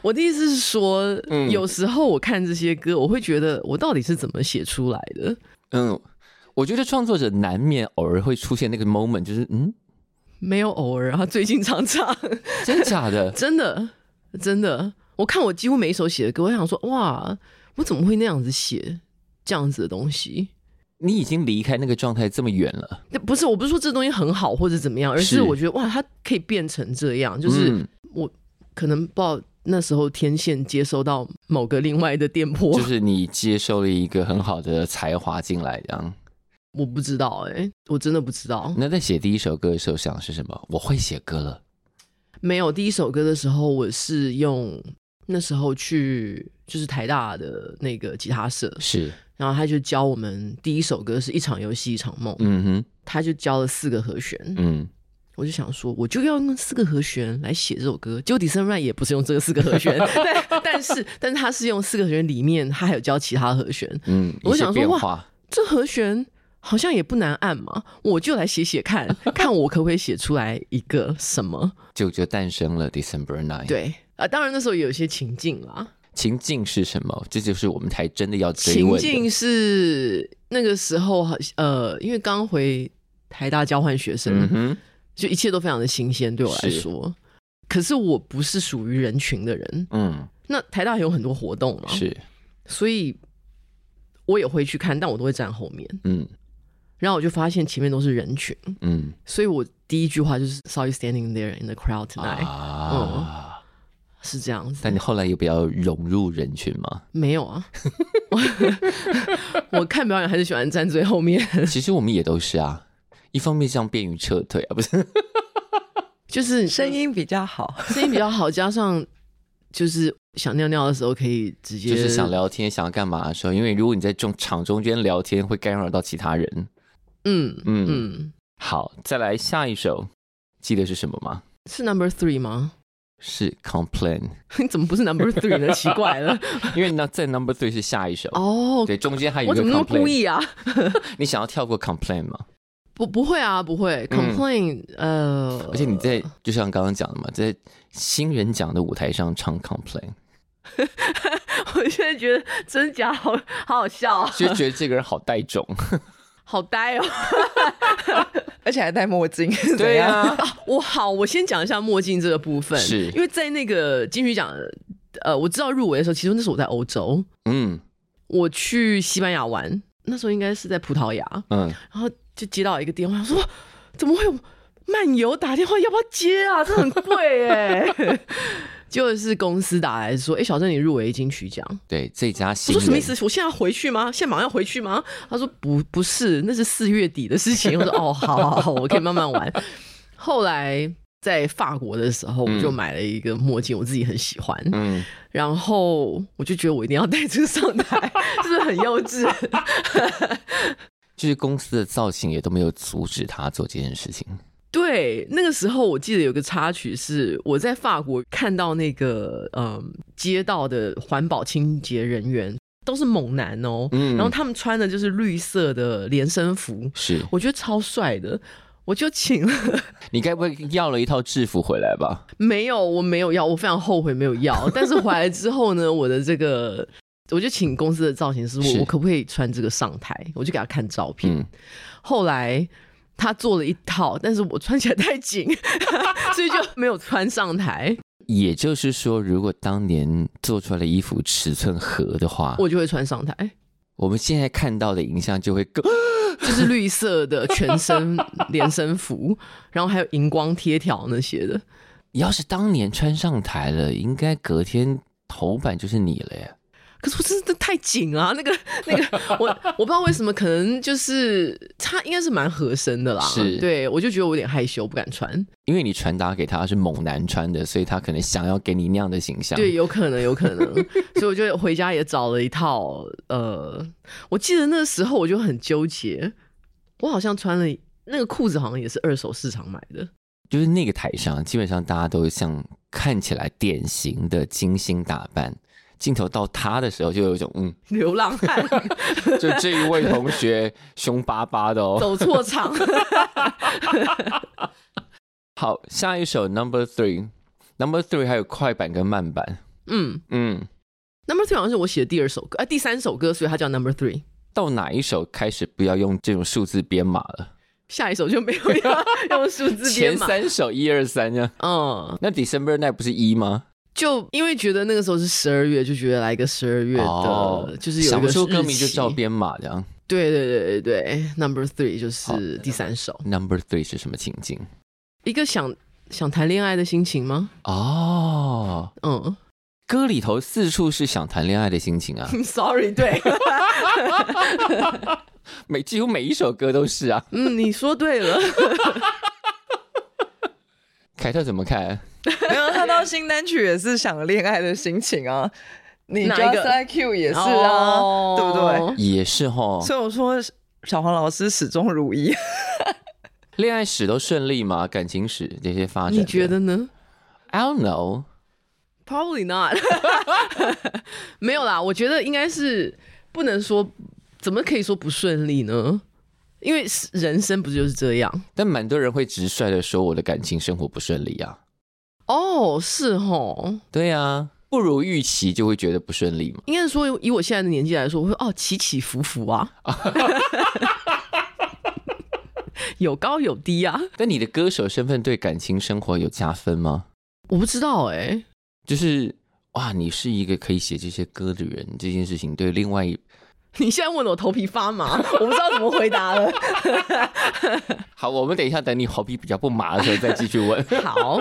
B: 我的意思是说，
A: 嗯
B: 有时候我看这些歌，我会觉得我到底是怎么写出来的？
A: 嗯，我觉得创作者难免偶尔会出现那个 moment，就是嗯，
B: 没有偶尔啊，最近常常？
A: 真假的
B: 真的真的，我看我几乎每一首写的歌，我想说，哇，我怎么会那样子写这样子的东西？
A: 你已经离开那个状态这么远了，
B: 那不是，我不是说这东西很好或者怎么样，而
A: 是
B: 是我觉得哇，它可以变成这样，就是
A: 嗯
B: 可能不知道那时候天线接收到某个另外的电波，
A: 就是你接受了一个很好的才华进来，这样。
B: 我不知道哎、我真的不知道。
A: 那在写第一首歌的时候想的是什么？我会写歌了，
B: 没有第一首歌的时候，我是用那时候去就是台大的那个吉他社，
A: 是，
B: 然后他就教我们第一首歌是一场游戏一场梦，
A: 嗯哼，
B: 他就教了四个和弦，
A: 嗯，
B: 我就想说我就要用四个和弦来写这首歌。结果 d i s c e r n 也不是用这个四个 和弦，但但是但是他是用四个和弦里面他还有教其他和弦，
A: 嗯，
B: 我
A: 一些
B: 想说
A: 变
B: 哇
A: 化，
B: 这和弦好像也不难按嘛，我就来写 写看，看我可不可以写出来一个什么？
A: 就就诞生了 December Nine。，
B: 对啊，当然那时候也有一些情境啦，
A: 情境是什么？这就是我们才真的要追
B: 情
A: 问的。
B: 境是那个时候好像呃，因为刚回台大交换学生，
A: 嗯哼，
B: 就一切都非常的新鲜对我来
A: 是
B: 说。可是我不是属于人群的人，
A: 嗯，
B: 那台大有很多活动嘛，
A: 是，
B: 所以我也会去看，但我都会站后面。
A: 嗯
B: 然后我就发现前面都是人群，
A: 嗯
B: 所以我第一句话就是 “Saw you standing there in the crowd tonight”，、
A: 啊。
B: 是这样子。
A: 哎但你后来有比较融入人群 吗？
B: 没有啊，我我看表演还是喜欢站最后面，
A: 其实我们也都是啊，一方面这样便于撤退啊，不是？
B: 就是
C: 声音比较好，
B: 声音比较好，加上就是想尿尿的时候可以直接
A: 就是想聊天、想要干嘛的时候，因为如果你在中场中间聊天，会干扰到其他人。
B: 嗯
A: 嗯
B: 嗯，
A: 好，再来下一首，记得是什么吗？
B: 是 number three 吗？
A: 是 Complain，
B: 你怎么不是 number three 呢？奇怪 了
A: 因为那在 Number Three 是下一首，
B: 哦。
A: 对，中间还有
B: 我
A: 一个
B: 怎么那么故
A: Complain。
B: 意啊？
A: 你想要跳过 Complain 吗？
B: 不，不会啊，不会。complain，、呃，
A: 嗯而且你在就像刚刚讲的嘛，在新人奖的舞台上唱 Complain，
B: 我现在觉得真假好好好笑、啊，
A: 就觉得这个人好带种。
B: 好呆哦。
C: 而且还戴墨镜，
A: 对啊
C: 呀、
A: 呀、
B: 我好，我先讲一下墨镜这个部分，
A: 是
B: 因为在那个金曲奖，呃，我知道入围的时候，其实那时候我在欧洲，
A: 嗯
B: 我去西班牙玩，那时候应该是在葡萄牙，
A: 嗯，
B: 然后就接到一个电话，我说怎么会有漫游打电话，要不要接啊？ 这很贵哎、结果是公司打来说，哎、小郑你入围金曲奖，
A: 对，这家
B: 我
A: 新
B: 说
A: 人
B: 什么意思？我现在要回去吗？现在马上要回去吗？他说不，不是，那是四月底的事情。我说哦，好好好，我可以慢慢玩。后来在法国的时候，
A: 嗯
B: 我就买了一个墨镜，我自己很喜欢，
A: 嗯，
B: 然后我就觉得我一定要戴这个上台， 是不是很幼稚？
A: 就是公司的造型也都没有阻止他做这件事情。
B: 对，那个时候我记得有个插曲是我在法国看到那个嗯街道的环保清洁人员都是猛男哦，
A: 嗯
B: 然后他们穿的就是绿色的连身服，
A: 是
B: 我觉得超帅的。我就请了，
A: 你该不会要了一套制服回来吧？
B: 没有，我没有要，我非常后悔没有要。但是回来之后呢，我的这个，我就请公司的造型师，
A: 是
B: 我我可不可以穿这个上台？我就给他看照片，
A: 嗯，
B: 后来他做了一套，但是我穿起来太紧， 所以就没有穿上台。
A: 也就是说，如果当年做出来的衣服尺寸合的话，我
B: 我就会穿上台，
A: 们现在看到的影像就会更
B: 就是绿色的全身连身服，然后还有荧光贴条那些的。
A: 要是当年穿上台了，应该隔天头版就是你了耶。
B: 可是我真的太紧啊，那个那个，我我不知道为什么，可能就是它应该是蛮合身的啦。
A: 是
B: 对我就觉得我有点害羞，不敢穿。
A: 因为你传达给他是猛男穿的，所以他可能想要给你那样的形象。
B: 对，，有可能，有可 能。所以我就回家也找了一套，呃，我记得那时候我就很纠结，我好像穿了那个裤子，好像也是二手市场买的。
A: 就是那个台上，基本上大家都像看起来典型的精心打扮。镜头到他的时候，就有一种 嗯，
B: 流浪汉
A: 就这一位同学凶巴巴的哦。
B: 走错场，
A: 好，下一首 Number Three，Number Three 还有快板跟慢板。
B: 嗯
A: 嗯，
B: ，Number Three 好像是我写的第二首歌，啊，第三首歌，所以它叫 Number Three。
A: 到哪一首开始不要用这种数字编码了？
B: 下一首就没有要用数字编
A: 前
B: 码，
A: 三首一二三呢？
B: 嗯，
A: 那 December Night 不是一吗？
B: 就因为觉得那个时候是十二月，就觉得来个十二月的，就是有
A: 哦想
B: 一
A: 不
B: 个
A: 出歌
B: 日
A: 名就
B: 期
A: 照编码这样。
B: 对对对对对，Number Three 就
A: 好
B: 是第三首。
A: Number Three 是什么情境？
B: 一个想想谈恋爱的心情吗？
A: 哦，
B: 嗯，
A: 歌里头四处是想谈恋爱的心情啊，
B: Sorry，对，
A: 每几乎每一首歌都是啊。
B: 嗯，你说对了，
A: 凯特怎么看？
C: 没有他到新单曲也是想恋爱的心情啊，你
B: 哪一
C: Just
B: 个哦
C: Like You 也是啊，对不
B: 对？
C: 对？
A: 也是吼，
C: 所以我说小黄老师始终如一，
A: 恋爱史都顺利吗？感情史这些发展，
B: 你觉得呢
A: ？I don't know。
B: ？Probably not 没有啦，我觉得应该是不能说，怎么可以说不顺利呢？因为是人生不就是这样？
A: 但蛮多人会直率的说我的感情生活不顺利啊。
B: 哦，是吼，
A: 对啊，不如预期就会觉得不顺利嘛。
B: 应该是说以我现在的年纪来说，我会哦起起伏伏 啊， 有高有低啊，
A: 但你的歌手身份对感情生活有加分吗？
B: 我不知道哎、
A: 就是哇，你是一个可以写这些歌的人，这件事情对另外一
B: 你现在问的我头皮发麻， 我不知道怎么回答了。
A: 好，我们等一下等你喉皮比较不麻的时候再继续问。
B: 好，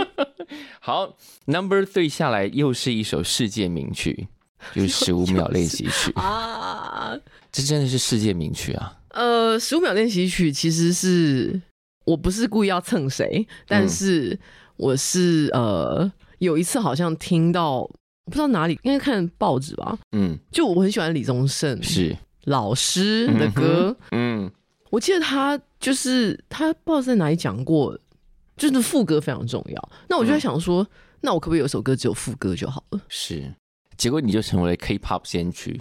A: 好，Number Three 下来又是一首世界名曲，就是十五秒练习曲，
B: 啊，
A: 这真的是世界名曲啊！
B: 呃，十五秒练习曲其实是我不是故意要蹭谁，但是我是呃有一次好像听到我不知道哪里，应该看报纸吧，
A: 嗯，
B: 就我很喜欢李宗盛
A: 是，
B: 老师的歌，
A: 嗯，
B: 我记得他就是他不知道在哪里讲过，就是副歌非常重要。那我就在想说，那我可不可以有一首歌只有副歌就好了？
A: 是。结果你就成为了 K-pop 先驱，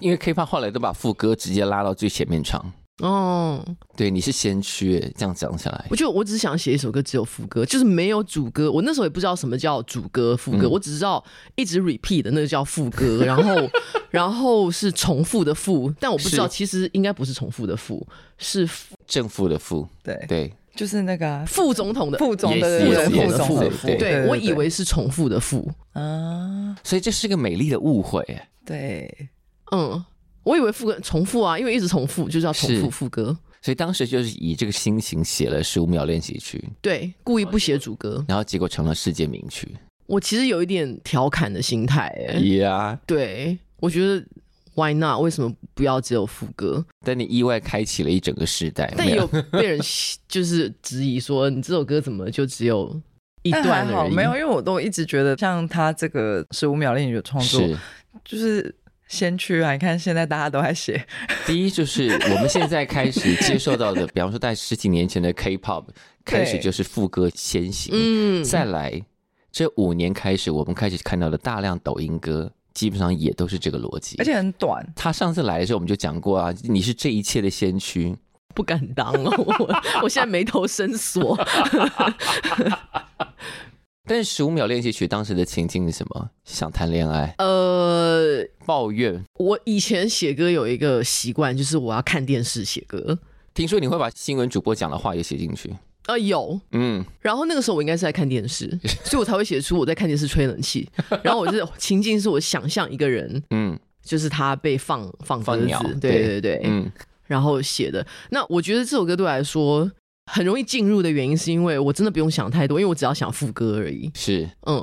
A: 因为 K-pop 后来都把副歌直接拉到最前面唱。
B: 哦，
A: 对，你是先驱耶，这样讲下来
B: 我，就我只是想写一首歌，只有副歌，就是没有主歌。我那时候也不知道什么叫主歌、副歌，
A: 嗯
B: 我只知道一直 repeat 的那个叫副歌，然后然后是重复的复，但我不知道
A: 是
B: 其实应该不是重复的复，是副
A: 正负的负，
C: 对，
A: 对，
C: 就是那个啊
B: 副总统的。
C: 副总
A: Yes, yes,
C: 的对
B: yes,
C: 副总的
B: yes,
C: 副，
A: 对
B: 对，我以为是重复的复，
C: 啊，
A: 所以这是个美丽的误会耶。
C: 对，
B: 嗯，我以为副歌重复啊，因为一直重复就是要重
A: 是
B: 复副歌，
A: 所以当时就是以这个心情写了十五秒练习曲，
B: 对，故意不写主歌。
A: 然后结果成了世界名曲。
B: 我其实有一点调侃的心态、欸，
A: 呀、
B: 对我觉得 why not？为什么不要只有副歌？
A: 但你意外开启了一整个时代。
B: 但
A: 没
B: 也有被人 就是质疑说，你这首歌怎么就只有一
C: 但还
B: 段
C: 好
B: 而已？
C: 没有，因为我都一直觉得像他这个十五秒恋曲的创作，
A: 是
C: 就是先驱啊！你看现在大家都在写，
A: 第一，就是我们现在开始接受到的，比方说在十几年前的 K-pop 开始就是副歌先行，
B: 嗯，
A: 再来这五年开始，我们开始看到的大量抖音歌，基本上也都是这个逻辑。
C: 而且很短，
A: 他上次来的时候，我们就讲过啊，你是这一切的先驱。
B: 不敢当 哦，我我现在眉头深锁。
A: 但是十五秒练习曲当时的情境是什么？想谈恋爱，
B: 呃，
A: 抱怨。
B: 我以前写歌有一个习惯，就是我要看电视写歌。
A: 听说你会把新闻主播讲的话也写进去。
B: 呃，有，
A: 嗯，
B: 然后那个时候我应该是在看电 视，所以我才会写出我在看电视吹冷气。然后我就是情境是我想象一个人，
A: 嗯
B: 就是他被放放鸽
A: 放
B: 子
A: 鸟，
B: 对对对，
A: 嗯，
B: 然后写的。那我觉得这首歌对我来说很容易进入的原因，是因为我真的不用想太多，因为我只要想副歌而已。
A: 是
B: 嗯，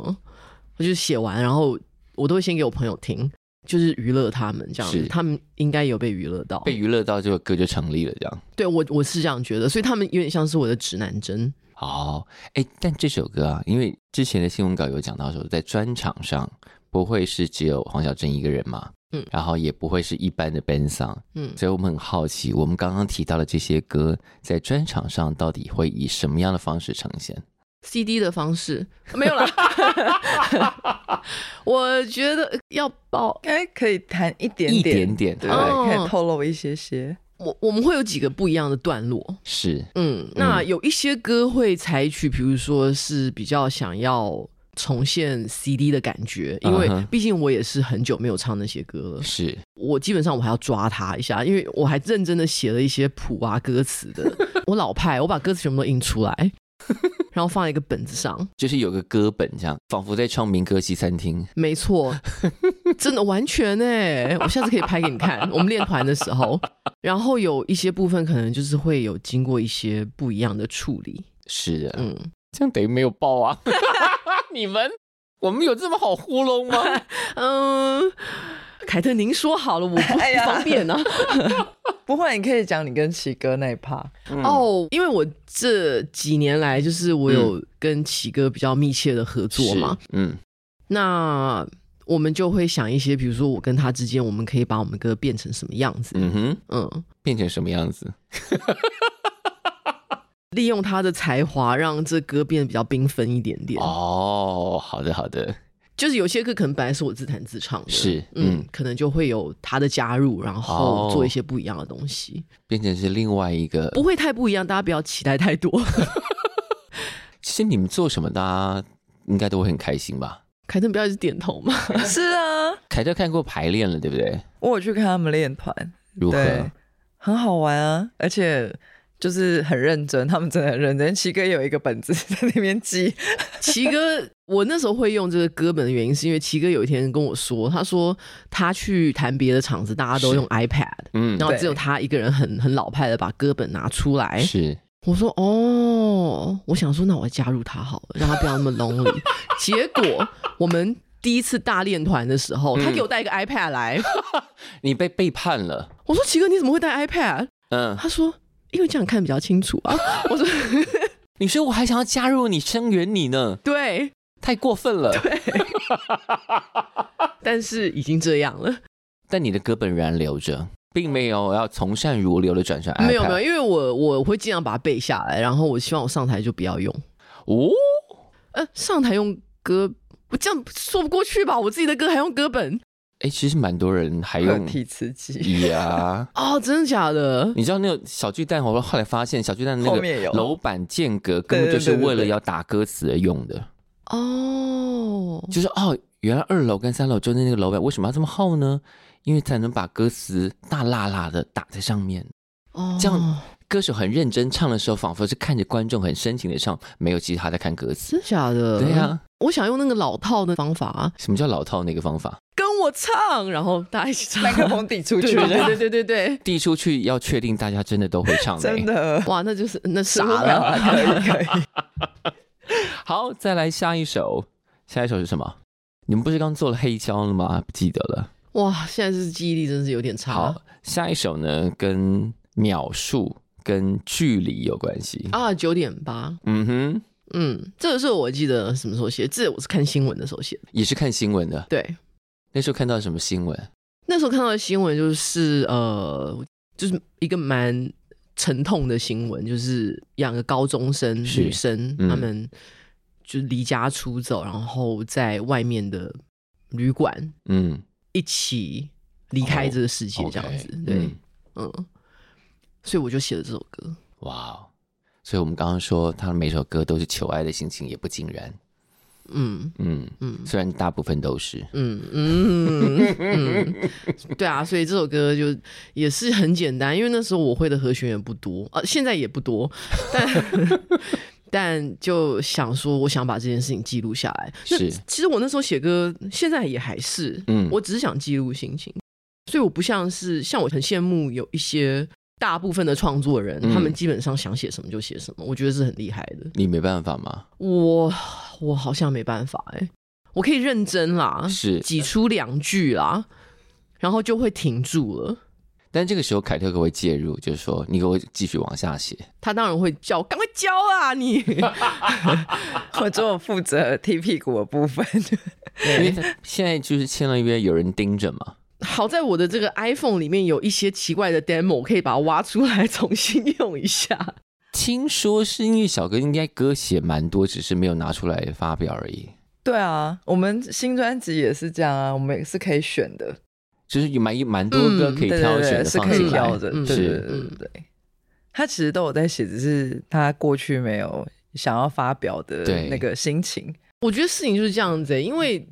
B: 我就写完，然后我都会先给我朋友听，就是娱乐他们这样子
A: 是，
B: 他们应该有被娱乐到。
A: 被娱乐到这个歌就成立了，这样。
B: 对我我是这样觉得，所以他们有点像是我的指南针。
A: 哦，哎，但这首歌啊，因为之前的新闻稿有讲到说，在专场上不会是只有黄小珍一个人嘛，
B: 嗯
A: 然后也不会是一般的 band song，
B: 嗯，
A: 所以我们很好奇，我们刚刚提到的这些歌在专场上到底会以什么样的方式呈现？
B: CD 的方式 没有啦。我觉得要报
C: 应该可以谈一点
A: 一
C: 点，
A: 点点
C: 对，
B: 哦
C: 可以透露一些些。
B: 我我们会有几个不一样的段落，
A: 是
B: 嗯，那有一些歌会采取，比如说是比较想要重现 CD 的感觉，因为
A: 嗯哼
B: 毕竟我也是很久没有唱那些歌了，
A: 是，
B: 我基本上我还要抓它一下，因为我还认真的写了一些谱啊歌词的，我老派，我把歌词全部都印出来，然后放在一个本子上，
A: 就是有个歌本这样，仿佛在唱民歌西餐厅。
B: 没错，真的完全哎、我下次可以拍给你看。我们练团的时候，然后有一些部分可能就是会有经过一些不一样的处理，
A: 是的，
B: 嗯。
A: 这样等于没有爆啊！你们我们有这么好糊弄 吗？
B: 嗯，凯特，您说好了，我不
C: 哎呀
B: 方便啊。
C: 不会，你可以讲你跟奇哥那一 趴。
A: 嗯
B: 哦，因为我这几年来就是我有跟奇哥比较密切的合作嘛，
A: 嗯是，嗯，
B: 那我们就会想一些，比如说我跟他之间，我们可以把我们歌变成什么样子？
A: 嗯哼，
B: 嗯，
A: 变成什么样子？
B: 利用他的才华，让这歌变得比较缤纷一点点。
A: 哦，好的，好的，
B: 就是有些歌可能本来是我自弹自唱的，
A: 是
B: 嗯，
A: 嗯
B: 可能就会有他的加入，然后
A: 哦
B: 做一些不一样的东西，
A: 变成是另外一个。
B: 不会太不一样，大家不要期待太多。
A: 其实你们做什么，大家应该都会很开心吧？
B: 凯特，不要一直点头嘛。
C: 是啊，
A: 凯特看过排练了，对不对？
C: 我有去看他们练团，
A: 如
C: 对
A: 何？，
C: 很好玩啊，而且就是很认真，他们真的很认真。奇哥也有一个本子 在那边记，
B: 奇哥，我那时候会用这个歌本的原因，是因为奇哥有一天跟我说，他说他去弹别的场子，大家都
A: 是
B: 用 iPad，
A: 嗯
B: 然，后
C: 对
B: 只有他一个人很很老派的把歌本拿出来。
A: 是
B: 我说哦，我想说那我加入他好了，让他不要那么 lonely。结果我们第一次大练团的时候，他给我带一个 iPad 来，
A: 你被背叛了。
B: 我说奇哥你怎么会带 iPad？
A: 嗯，
B: 他说因为这样看比较清楚啊。 我说
A: 你说我还想要加入你，声援你呢，
B: 对，
A: 太过分了。
B: 但是已经这样了。
A: 但你的歌本仍然留着，并没有要从善如流的转成 iPad。
B: 没有没有，因为我我会尽量把它背下来，然后我希望我上台就不要用。
A: 哦，
B: 呃，上台用歌，我这样说不过去吧？我自己的歌还用歌本
A: 哎，其实蛮多人还
C: 有
A: 用 啊
C: 提词机，
A: 呀。
B: 哦，真的假 的？
A: 你知道那个小巨蛋，我后来发现小巨蛋那
C: 后
A: 个
C: 面有
A: 楼板间隔根本就是
C: 对对对对对
A: 为了要打歌词而用的，
B: 哦，
A: 就是哦，原来二楼跟三楼中间那个楼板为什么要这么厚呢？因为才能把歌词大辣辣的打在上面。
B: 哦，
A: 这样歌手很认真唱的时候，仿佛是看着观众很深情的唱，没有其实他在看歌词。
B: 真的假
C: 嗯
B: 的？
A: 对呀、啊，
B: 我想用那个老套的方法，
A: 什么叫老套那个方法？
B: 跟我唱，然后大家一起唱。
C: 麦克风递出
B: 对
C: 去，
B: 对对对对对，
A: 递出去要确定大家 真的都会唱、欸，
C: 真的
B: 哇，那就是那傻
C: 15秒
B: 了。
C: 啊可以可以。
A: 好，再来下一首，下一首是什么？你们不是刚做了黑胶了吗？不记得了。
B: 哇，现在是记忆力真是有点差
A: 好，下一首呢跟秒数跟距离有关系。
B: 啊，九点八。
A: 嗯哼，
B: 嗯，这个是我记得什么时候写，这我是看新闻的时候写的。
A: 也是看新闻的。
B: 对，
A: 那时候看到什么新闻？
B: 那时候看到的新闻就是呃，就是一个蛮沉痛的新闻，就是两个高中生
A: 是
B: 女生，
A: 嗯
B: 她们就离家出走，然后在外面的旅馆
A: 嗯，
B: 一起离开这个世界，这样子。
A: 哦 OK，
B: 对，
A: 嗯
B: 嗯，所以我就写了这首歌。
A: 哇、哦！所以我们刚刚说，他每首歌都是求爱的心情，也不尽然。
B: 嗯
A: 嗯，
B: 嗯
A: 虽然大部分都是。
B: 嗯嗯嗯，嗯对啊，所以这首歌就也是很简单，因为那时候我会的和弦也不多，呃，现在也不多， 但但就想说，我想把这件事情记录下来。那
A: 是
B: 其实我那时候写歌，现在也还是，
A: 嗯
B: 我只是想记录心情，所以我不像是像我很羡慕有一些大部分的创作人，
A: 嗯
B: 他们基本上想写什么就写什么，我觉得是很厉害的。
A: 你没办法吗？
B: 我我好像没办法哎、我可以认真啦，
A: 是
B: 挤出两句啦，然后就会停住了。
A: 但这个时候，凯特可不可以介入，就是说，你给我继续往下写。
B: 他当然会叫我赶快教啊你，
C: 我只有负责踢屁股的部分，
A: 因为他现在就是签了约，有人盯着嘛。
B: 好在我的这个 iPhone 里面有一些奇怪的 demo，我可以把它挖出来重新用一下。
A: 听说是因为小哥应该歌写蛮多，只是没有拿出来发表而已，
C: 对啊，我们新专辑也是这样啊，我们也是可以选的，
A: 就是有蛮蛮多歌可以
C: 嗯对对
A: 挑
C: 对
A: 选的
C: 是
A: 放
C: 可以
A: 进来
C: 挑。的，
B: 嗯
C: 对对
A: 是
C: 对对对对。他其实都有在写，只是他过去没有想要发表的
A: 对
C: 那个心情。
B: 我觉得事情就是这样子欸、因为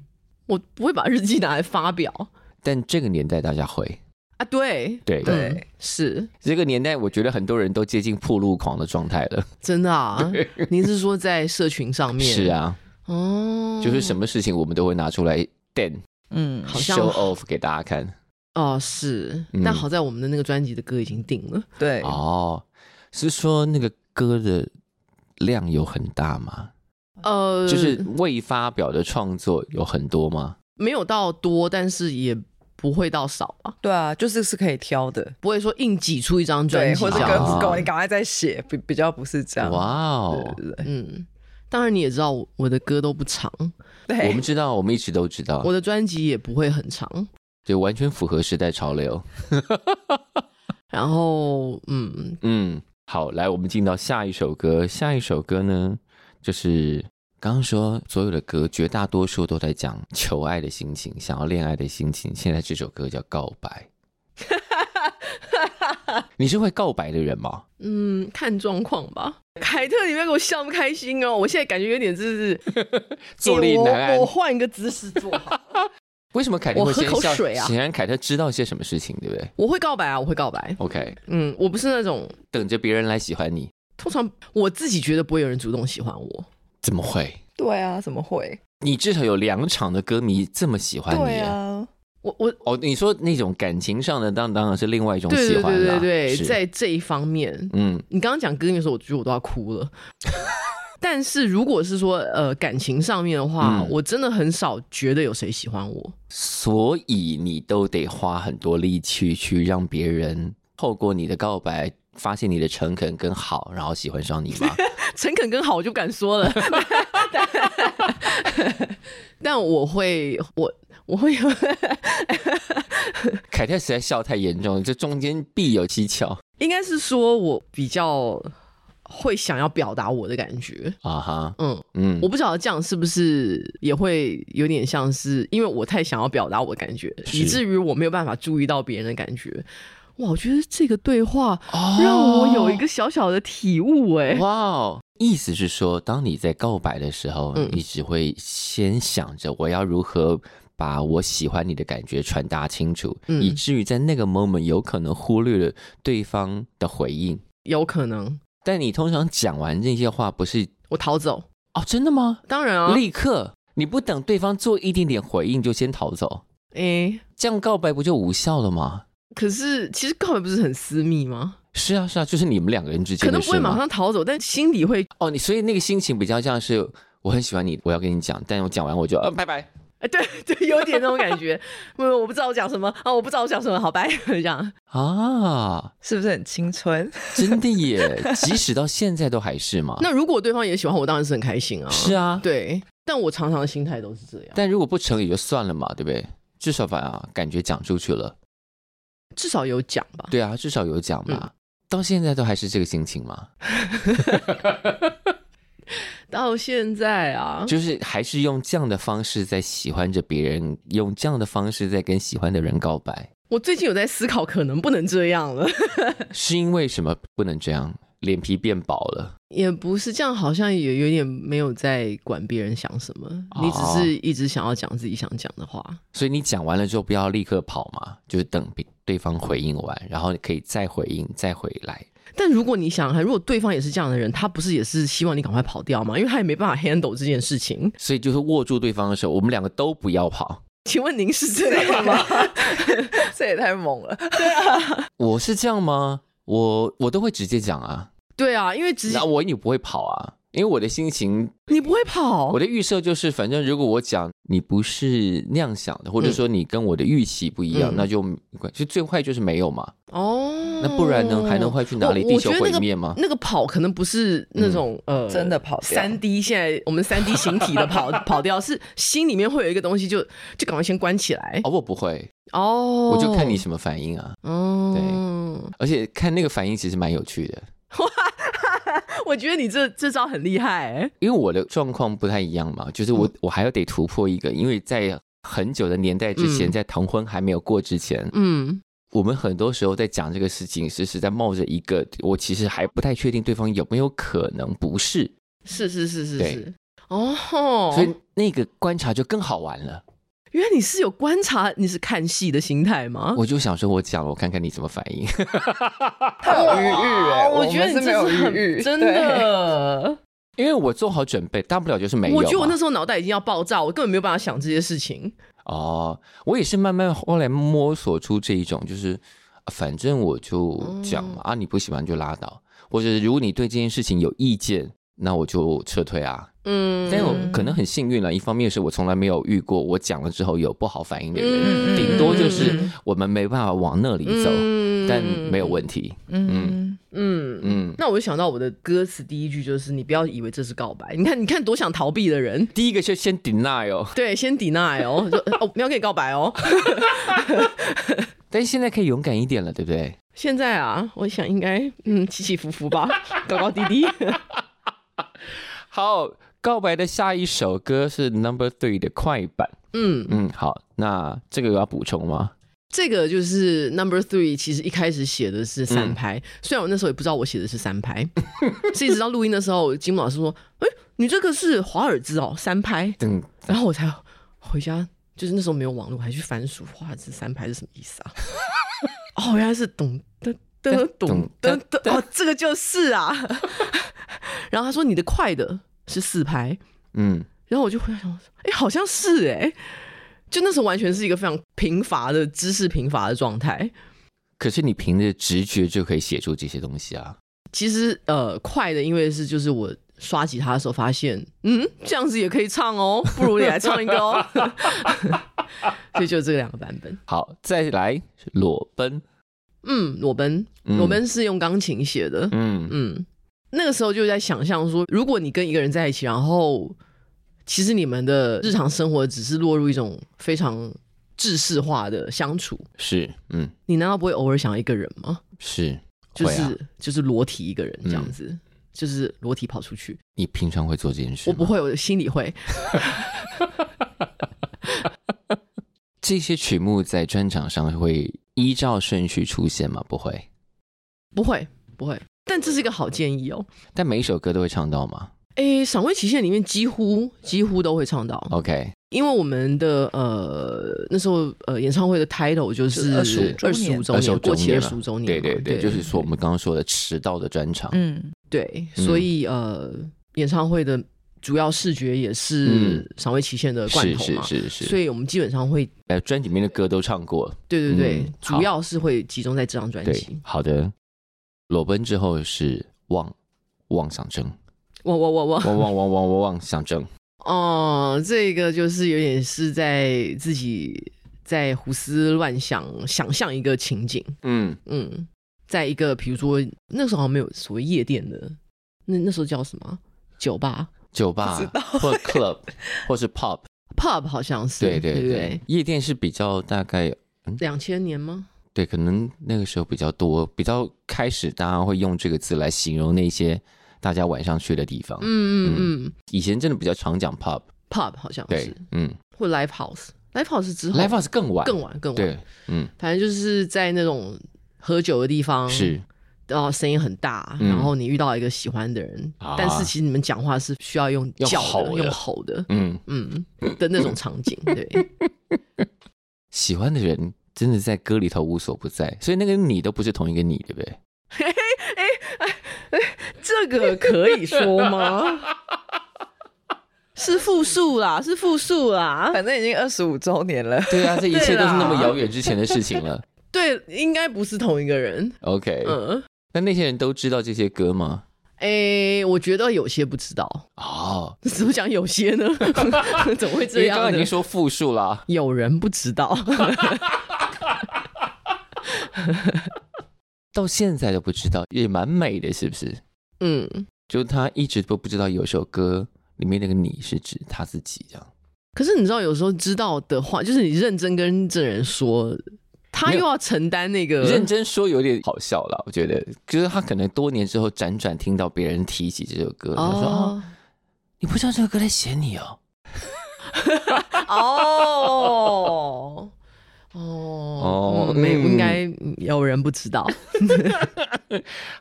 B: 我不会把日记拿来发表
A: 但这个年代大家会，
B: 啊。对，
A: 对
C: 对
B: 嗯是
A: 这个年代我觉得很多人都接近铺路狂的状态了。
B: 真的啊。您是说在社群上面？
A: 是，啊，
B: 哦，
A: 就是什么事情我们都会拿出来 den
C: 嗯，
B: 好像
A: show off 给大家看。
B: 哦，是，
A: 嗯
B: 但好在我们的那个专辑的歌已经定了，
C: 对，
A: 哦哦，是说那个歌的量有很大吗？
C: 嗯
B: 呃，
A: 就是未发表的创作有很多吗？
B: 没有到多，但是也不会到少吧，
C: 对啊，就是是可以挑的，
B: 不会说硬挤出一张专
C: 对，
B: 辑
C: 或
B: 这
C: 者歌
B: 样。
C: 不够，
A: 啊
C: 你赶快再写，比比较不是这样。
A: 哇哦！
C: 对，对
B: 嗯，当然你也知道我我的歌都不长，
C: 对
A: 我们
C: 对，
A: 知道，我们一直都知道
B: 我，的专辑也不会很长。
A: 对，完全符合时代潮流。
B: 然后，嗯，
A: 嗯，好，来，我们进到下一首歌。下一首歌呢，就是刚刚说所有的歌，绝大多数都在讲求爱的心情，想要恋爱的心情。现在这首歌叫《告 白》，你是会告白的人吗？
B: 嗯，看状况吧。凯特，你不要给我笑那么开心哦！我现在感觉有点就是
A: 坐立难
B: 欸
A: 安
B: 我我。换一个姿势坐 好。
A: 为什么凯特会
B: 我喝
A: 先
B: 口
A: 笑？
B: 水啊
A: 显然凯特知道些什么事情，对不对
B: 我会告白啊，我会告白。
A: ？OK，
B: 嗯，我不是那种
A: 等着别人来喜欢你，
B: 通常我自己觉得不会有人主动喜欢我。
A: 怎么会？
C: 对啊，怎么会？
A: 你至少有两场的歌迷这么喜欢你、
C: 对啊，
B: 我我
A: 哦，你说那种感情上的，当当然是另外一种
B: 对
A: 喜
B: 对
A: 欢
B: 对
A: 啦。
B: 对对，
A: 是
B: 在这一方面，
A: 嗯
B: 你刚刚讲歌迷的时候，我觉得我都要哭了。 但是如果是说呃感情上面的话，
A: 嗯
B: 我真的很少觉得有谁喜欢我。
A: 所以你都得花很多力气去让别人透过你的告白，发现你的诚恳跟好，然后喜欢上你 吗？
B: 诚恳跟好，我就不敢说了。 但我会，我我会有，
A: 凯特实在笑太严重了，这中间必有蹊跷
B: 应该是说我比较会想要表达我的感觉。
A: 啊哈，
B: 嗯，
A: 嗯
B: 我，不晓得这样是不是也会有点像是，因为我太想要表达我的感觉，
A: 是
B: 以至于我没有办法注意到别人的感觉。哇，我觉得这个对话
A: 哦
B: 让我有一个小小的体悟、哎、
A: 哇哦。意思是说，当你在告白的时候，
B: 嗯
A: 你只会先想着我要如何把我喜欢你的感觉传达清楚，
B: 嗯
A: 以至于在那个 moment 有可能忽略了对方的回应。
B: 有可能
A: 但你通常讲完这些话，不是
B: 我逃走，
A: 哦，真的吗？
B: 当然啊，
A: 立刻，你不等对方做一点点回应就先逃走，
B: 哎、
A: 这样告白不就无效了吗？
B: 可是其实告白不是很私密吗？
A: 是啊，是啊，就是你们两个人之间
B: 可
A: 的
B: 能不
A: 事
B: 会马
A: 嘛。
B: 上逃走，但心里会，
A: 哦，你所以那个心情比较像是我很喜欢你，我要跟你讲，但我讲完我就呃拜拜。
B: 哎，对对，有点那种感觉。 我我不知道我讲什么啊，我不知道我讲什么，好拜 这样。
A: 啊，
C: 是不是很青春？
A: 真的耶！即使到现在都还是嘛。
B: 那如果对方也喜欢我，当然是很开心啊。
A: 是啊，
B: 对，但我常常的心态都是这样，
A: 但如果不成也就算了嘛，对不对？至少把感觉讲出去了。
B: 至少有讲吧。
A: 对啊，至少有讲嘛。
B: 嗯
A: 到现在都还是这个心情嘛，
B: 到现在啊，
A: 就是还是用这样的方式在喜欢着别人，用这样的方式在跟喜欢的人告白。
B: 我最近有在思考，可能不能这样了，
A: 是因为什么不能这样？脸皮变薄了，
B: 也不是这样，好像也有点没有在管别人想什么，你只
A: 哦
B: 是一直想要讲自己想讲的话。
A: 所以你讲完了之后不要立刻跑嘛，就是等别对方回应完，然后你可以再回应，再回来。
B: 但如果你想，如果对方也是这样的人，他不是也是希望你赶快跑掉吗？因为他也没办法 handle 这件事情。
A: 所以就是握住对方的手，我们两个都不要跑。
B: 请问您是这 样吗？
C: 这也太猛了。
A: 我是这样吗？我我都会直接讲啊，
B: 对啊，因为直接
A: 那我也不会跑啊，因为我的心情，
B: 你不会跑
A: 我，的预设就是，反正如果我讲你不是那样想的，或者说你跟我的预期不一样，
B: 嗯
A: 那就没关就最坏就是没有嘛。
B: 哦，
A: 那不然呢，还能坏去哪里？
B: 我
A: 地
B: 我
A: 球
B: 觉得那
A: 毁
B: 个嗯
A: 灭吗？
B: 那个跑可能不是那种、
A: 嗯
B: 呃
C: 真的跑掉
B: 三 D，现在我们三 D 形体的跑 跑掉，是心里面会有一个东西就，就赶快先关起来
A: 哦，我不会，
B: 哦。
A: 我就看你什么反应啊。
B: 哦，
A: 而且看那个反应其实蛮有趣的，
B: 我觉得你这这招很厉害、欸，
A: 因为我的状况不太一样嘛，就是
B: 嗯
A: 我、我还要得突破一个，因为在很久的年代之前，
B: 嗯
A: 在同婚还没有过之前，
B: 嗯
A: 我们很多时候在讲这个事情时，是在冒着一个我其实还不太确定对方有没有可能不是，
B: 是是是是
A: 对
B: 是，哦吼，
A: 所以那个观察就更好玩了。
B: 原来你是有观察，你是看戏的心态吗？
A: 我就想说，我讲了，我看看你怎么反应。
C: 他有余裕哎，
B: 我
C: 我
B: 觉得
C: 们
B: 你
C: 是
B: 这
C: 没有
B: 很
C: 余裕，
B: 真
C: 对。
B: 的。
A: 因为我做好准备，大不了就是没有嘛。
B: 我觉得我那时候脑袋已经要爆炸，我根本没有办法想这些事情。
A: 哦，我也是慢慢后来摸索出这一种，就是啊反
B: 嗯
A: 正我就讲嘛，啊，你不喜欢就拉倒，或者是如果你对这件事情有意见，那我就撤退啊。
B: 嗯
A: 但我可能很幸运了，啊一方面是我从来没有遇过我讲了之后有不好反应的人，
B: 嗯
A: 顶多就
B: 嗯
A: 是
B: 嗯
A: 我们没办法往那里走，
B: 嗯
A: 但没有问题。
D: 嗯，
B: 嗯嗯。
A: 嗯，
B: 那我就想到我的歌词第一句就是“你不要以为这是告白”， 你看，你看多想逃避的人，
A: 第一个就先 deny 哦，
B: 对，先 deny 哦， 就哦，没有跟你告白哦。
A: 但是现在可以勇敢一点了，对不对？
B: 现在啊，我想应该嗯起起伏伏吧， 高高低低。
A: 好，告白的下一首歌是 Number Three 的快板。
B: 嗯，
A: 嗯，好，那这个有要补充吗？
B: 这个就是 number three，其实一开始写的
A: 嗯
B: 是三拍，虽然我那时候也不知道我写的是三拍， 是一直到录音的时候，金木老师说：“哎、你这个是华尔兹哦，三拍。
A: 嗯，”
B: 然后我才 回家，就是那时候没有网络，我还去翻书，华尔兹三拍是什么意思啊？哦，原来是懂得得懂得得，哦，这个就是啊。 然后他说：“你的快的是四拍。”
A: 嗯，
B: 然后我就回来想说，哎、好像是哎、就那时候完全是一个非常贫乏的知识贫乏的状态。
A: 可是你凭着直觉就可以写出这些东西啊。
B: 其实呃，快的因为是就是我刷吉他的时候发现，嗯，这样子也可以唱哦，不如你来唱一个哦。 所以就这两个版本。
A: 好，再来裸奔。
B: 嗯，裸奔，
A: 嗯
B: 裸奔是用钢琴写的。
A: 嗯
B: 嗯，那个时候就在想象说，如果你跟一个人在一起，然后其实你们的日常生活只是落入一种非常制式化的相处，
A: 是，嗯，
B: 你难道不会偶尔想一个人吗？
A: 是，
B: 就
A: 会
B: 是、
A: 啊
B: 就是裸体一个人这样
A: 嗯
B: 子，就是裸体跑出去。
A: 你平常会做这件事
B: 我
A: 吗？
B: 不会，我的心里会。
A: 这些曲目在专场上会依照顺序出现吗？不会，
B: 不会，不会。但这是一个好建议哦。
A: 但每一首歌都会唱到吗
B: 诶，赏味期限里面几乎几乎都会唱到，
A: ？OK，
B: 因为我们的呃那时候呃演唱会的 title 就是
A: 25
C: 周年
B: 25周年，
A: 25
B: 过期
A: 周
B: 的
A: 年了
B: 十五周年
A: 对
B: 嘛。
A: 对对，就是说我们刚刚说的迟到的专场。
D: 嗯，
B: 对，
A: 嗯
B: 所以、呃演唱会的主要视觉也是
A: 嗯
B: 赏味期限的罐
A: 是
B: 头
A: 是
B: 嘛，
A: 是是，
B: 所以我们基本上会
A: 呃，专辑里面的歌都唱过。
B: 对对对，
A: 嗯好
B: 主要是会集中在这张专
A: 对
B: 辑。，
A: 好的。裸奔之后是妄妄想 症，
B: 我我我我，
A: 妄妄妄妄妄妄想症。
B: 哦，这个就是有点是在自己在胡思乱想，想象一个情景，
A: 嗯，
B: 嗯，在一个比如说那时候好像没有所谓夜店的，那那时候叫什么酒吧
A: 酒吧
C: 不知道
A: 或 club 或是 pub，
B: pub 好像是，
A: 对
B: 对
A: 对
B: 不
A: 对，，夜店是比较大概
B: 两千年吗？
A: 对，可能那个时候比较多，比较开始大家会用这个字来形容那些大家晚上去的地方。
B: 嗯嗯嗯
A: 以前真的比较常讲 pub，
B: ，pub 好像
A: 对
B: 是，，
A: 嗯
B: 或 live house，live house 之后
A: ，live house 更晚，
B: 更晚更晚，
A: 对，嗯，
B: 反正就是在那种喝酒的地方，
A: 是
B: 然后声音很大，
A: 嗯
B: 然后你遇到一个喜欢的人，
A: 啊
B: 但是其实你们讲话是需要用
A: 用
B: 叫
A: 吼的
B: 用吼的，
A: 嗯，
B: 嗯的那种场景，对，
A: 喜欢的人真的在歌里头无所不在，所以那个你都不是同一个你，对不对？
B: 这个可以说吗？是复数啦，是复数啦，
C: 反正已经二十五周年了，
A: 对啊，这一切
B: 对
A: 都是
B: 啦
A: 那么遥远之前的事情 了。
B: 对，应该不是同一个人，
A: OK，、
B: 嗯，
A: 那那些人都知道这些歌吗？
B: 诶，我觉得有些不知道，
A: 哦，
B: 怎么讲有些呢？ 怎么会
A: 因为
B: 这
A: 刚
B: 样
A: 刚已
B: 呢
A: 经？说复数啦。
B: 有人不知道，
A: 到现在都不知道，也蛮美的，是不是？
B: 嗯。
A: 就他一直都不知道有首歌里面那个你是指他自己这样。
B: 可是你知道，有时候知道的话，就是你认真跟这人说，他
A: 没
B: 又
A: 有
B: 要承担那个
A: 认真说有点好笑了，我觉得，就是他可能多年之后辗转听到别人提起这首歌，他说：“哦，
B: 哦
A: 你不知道这首歌在写你哦。
B: 哦哦
A: 哦
B: 没
A: 嗯
B: 应该有人不知道。”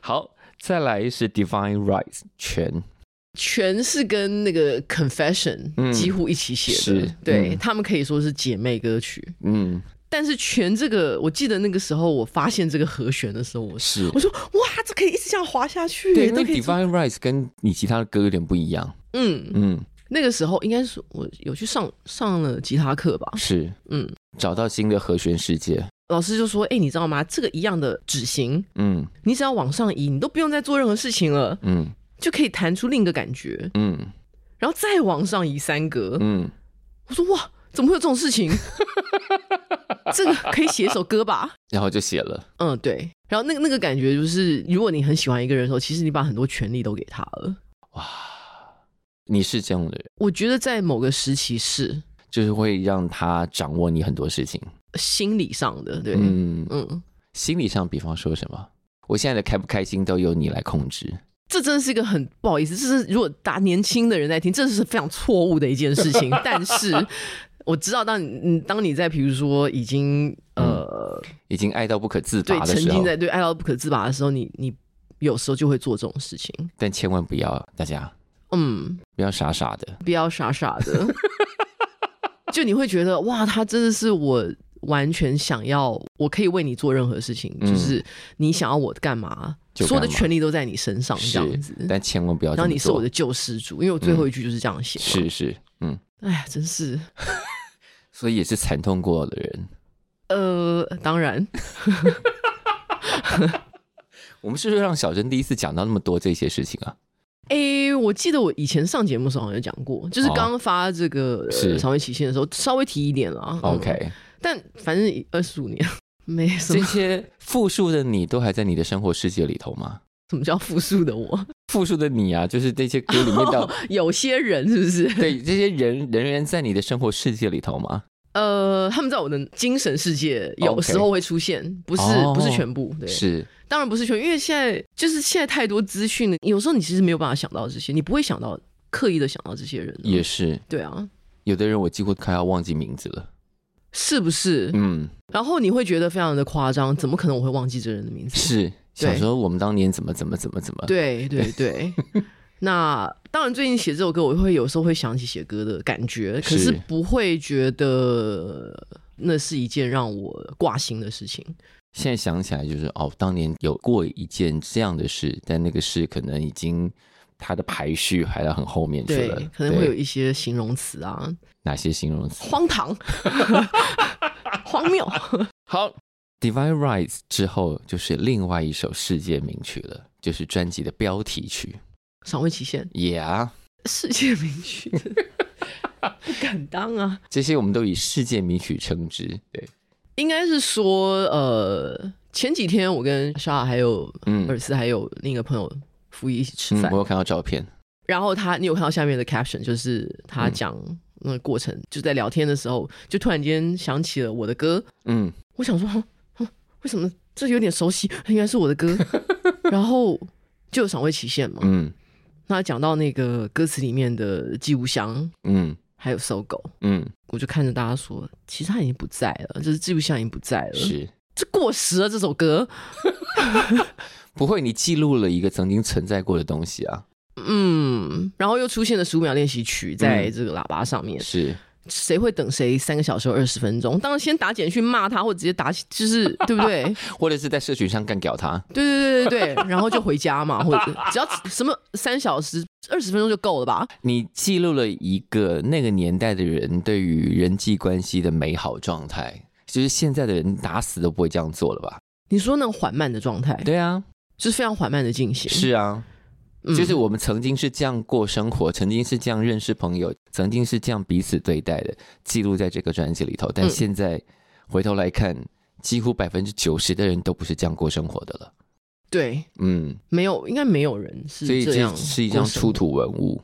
A: 好，再来是 Divine Rights 全
B: 全是跟那个 Confession
A: 嗯
B: 几乎一起写的，
A: 是
B: 对、
A: 嗯
B: 他们可以说是姐妹歌曲。
A: 嗯，
B: 但是全这个，我记得那个时候我发现这个和弦的时候，我是
A: 是
B: 我说哇，这可以一直这样滑下去，
A: 对，因
B: 都
A: 为
B: 可以做。
A: Divine Rights 跟你其他的歌有点不一样，
B: 嗯，
A: 嗯，
B: 那个时候应该是我有去上上了吉他课吧，
A: 是
B: 嗯，
A: 找到新的和弦世界，
B: 老师就说：“哎、你知道吗？这个一样的指型，
A: 嗯
B: 你只要往上移，你都不用再做任何事情了。
A: 嗯，
B: 就可以弹出另一个感觉，
A: 嗯
B: 然后再往上移三格。
A: 嗯，
B: 我说哇，怎么会有这种事情？ 这个可以写一首歌吧？
A: 然后就写了，
B: 嗯，对。然后那个那个感觉就是，如果你很喜欢一个人的时候，其实你把很多权利都给他了。
A: 哇，你是这样的人，
B: 我觉得在某个时期是
A: 就是会让他掌握你很多事情，
B: 心理上的，对，嗯
A: 嗯，心理上，比方说什么，我现在的开不开心都由你来控制，
B: 这真的是一个很不好意思，这是如果打年轻的人在听，这是非常错误的一件事情。 但是我知道，当你嗯当你在比如说已经呃、
A: 已经爱到不可自
B: 对
A: 拔的
B: 沉
A: 时
B: 浸
A: 候，
B: 在对爱到不可自拔的时候，你你有时候就会做这种事情。
A: 但千万不要，大家
B: 嗯，
A: 不要傻傻的，
B: 不要傻傻的， 就你会觉得哇，他真的是我完全想要，我可以为你做任何事情，
A: 嗯
B: 就是你想要我干嘛，
A: 就
B: 所有的
A: 干嘛
B: 权利都在你身上这样子
A: 是。，但千万不要这
B: 然后
A: 么
B: 你是我
A: 做
B: 的，救世主，因为我最后一句就是这样写、嘛。
A: 是是，嗯，
B: 哎呀，真是，
A: 所以也是惨痛过的人，
B: 呃，当然，
A: 我们是不是让小珍第一次讲到那么多这些事情啊？
B: 哎，我记得我以前上节目的时候好像有讲过，就是
A: 哦
B: 刚刚发这个
A: 是
B: 常会期限的时候，稍微提一点啦。嗯
A: OK，
B: 但反正二十五年 没什
A: 这
B: 么，
A: 些复述的你都还在你的生活世界里头吗？
B: 什么叫复数的我？
A: 复述的你啊，就是那些歌里面的，
B: 有些人是不是？
A: 对这些人仍然在你的生活世界里头吗？
B: 呃，他们在我的精神世界有
A: OK
B: 时候会出现不是、
A: 哦
B: 不是全部，对，
A: 是，
B: 当然不是全部，因为现在就是现在太多资讯了，有时候你其实没有办法想到这些，你不会想到刻意的想到这些人啊、
A: 也是，
B: 对啊，
A: 有的人我几乎快要忘记名字了。
B: 是不是？
A: 嗯，
B: 然后你会觉得非常的夸张，怎么可能我会忘记这人的名字？
A: 是，
B: 对
A: 小时候我们当年怎么怎么怎么怎 么，
B: 对对对。那当然，最近写这首歌，我会有时候会想起写歌的感觉，可是
A: 是
B: 不会觉得那是一件让我挂心的事情。
A: 现在想起来就是哦，当年有过一件这样的事，但那个事可能已经它的排序排到很后面去
B: 对
A: 了，，
B: 可能会有
A: 对
B: 一些形容词啊，
A: 哪些形容词？
B: 荒唐、 荒谬。
A: 好，Divine Rights 之后就是另外一首世界名曲了，就是专辑的标题曲
B: 赏味期限，
A: ，Yeah。
B: 世界名曲，不敢当啊！
A: 这些我们都以世界名曲称之，对，
B: 应该是说，呃，前几天我跟莎还有
A: 嗯
B: 尔斯还有另一个朋友福一一起吃
A: 嗯
B: 饭，
A: 我有看到照片，
B: 然后他，你有看到下面的 caption，就是他
A: 嗯
B: 讲那个过程，就在聊天的时候，就突然间想起了我的歌，
A: 嗯，
B: 我想说，哼哼为什么这有点熟悉？原来是我 的歌，然后就有赏味期限嘛。
A: 嗯
B: 那讲到那个歌词里面的寄物箱，
A: 嗯
B: 还有搜狗，
A: 嗯，
B: 我就看着大家说，其实他已经不在了，就是寄物箱已经不在了，
A: 是
B: 这过时了这首歌。
A: 不会，你记录了一个曾经存在过的东西啊，
B: 嗯，然后又出现了十五秒练习曲
A: 嗯
B: 在这个喇叭上面，
A: 是
B: 谁会等谁三个小时二十分钟？当然先打简讯骂他，或者直接打，就是 对不对？
A: 或者是在社群上干掉他，
B: 对对对对对，然后就回家嘛，或者只要什么三小时二十分钟就够了吧？
A: 你记录了一个那个年代的人对于人际关系的美好状态，就是现在的人打死都不会这样做了吧？
B: 你说那种缓慢的状态，
A: 对啊，
B: 就是非常缓慢的进行，
A: 是啊，
B: 嗯
A: 就是我们曾经是这样过生活，曾经是这样认识朋友，曾经是这样彼此对待的，记录在这个专辑里头。但
B: 嗯
A: 现在回头来看，几乎百分之九十的人都不是这样过生活的了。
B: 对，
A: 嗯，
B: 没有，应该没有人是
A: 所以
B: 这
A: 这
B: 样
A: 是一张
B: 过生
A: 出土文物。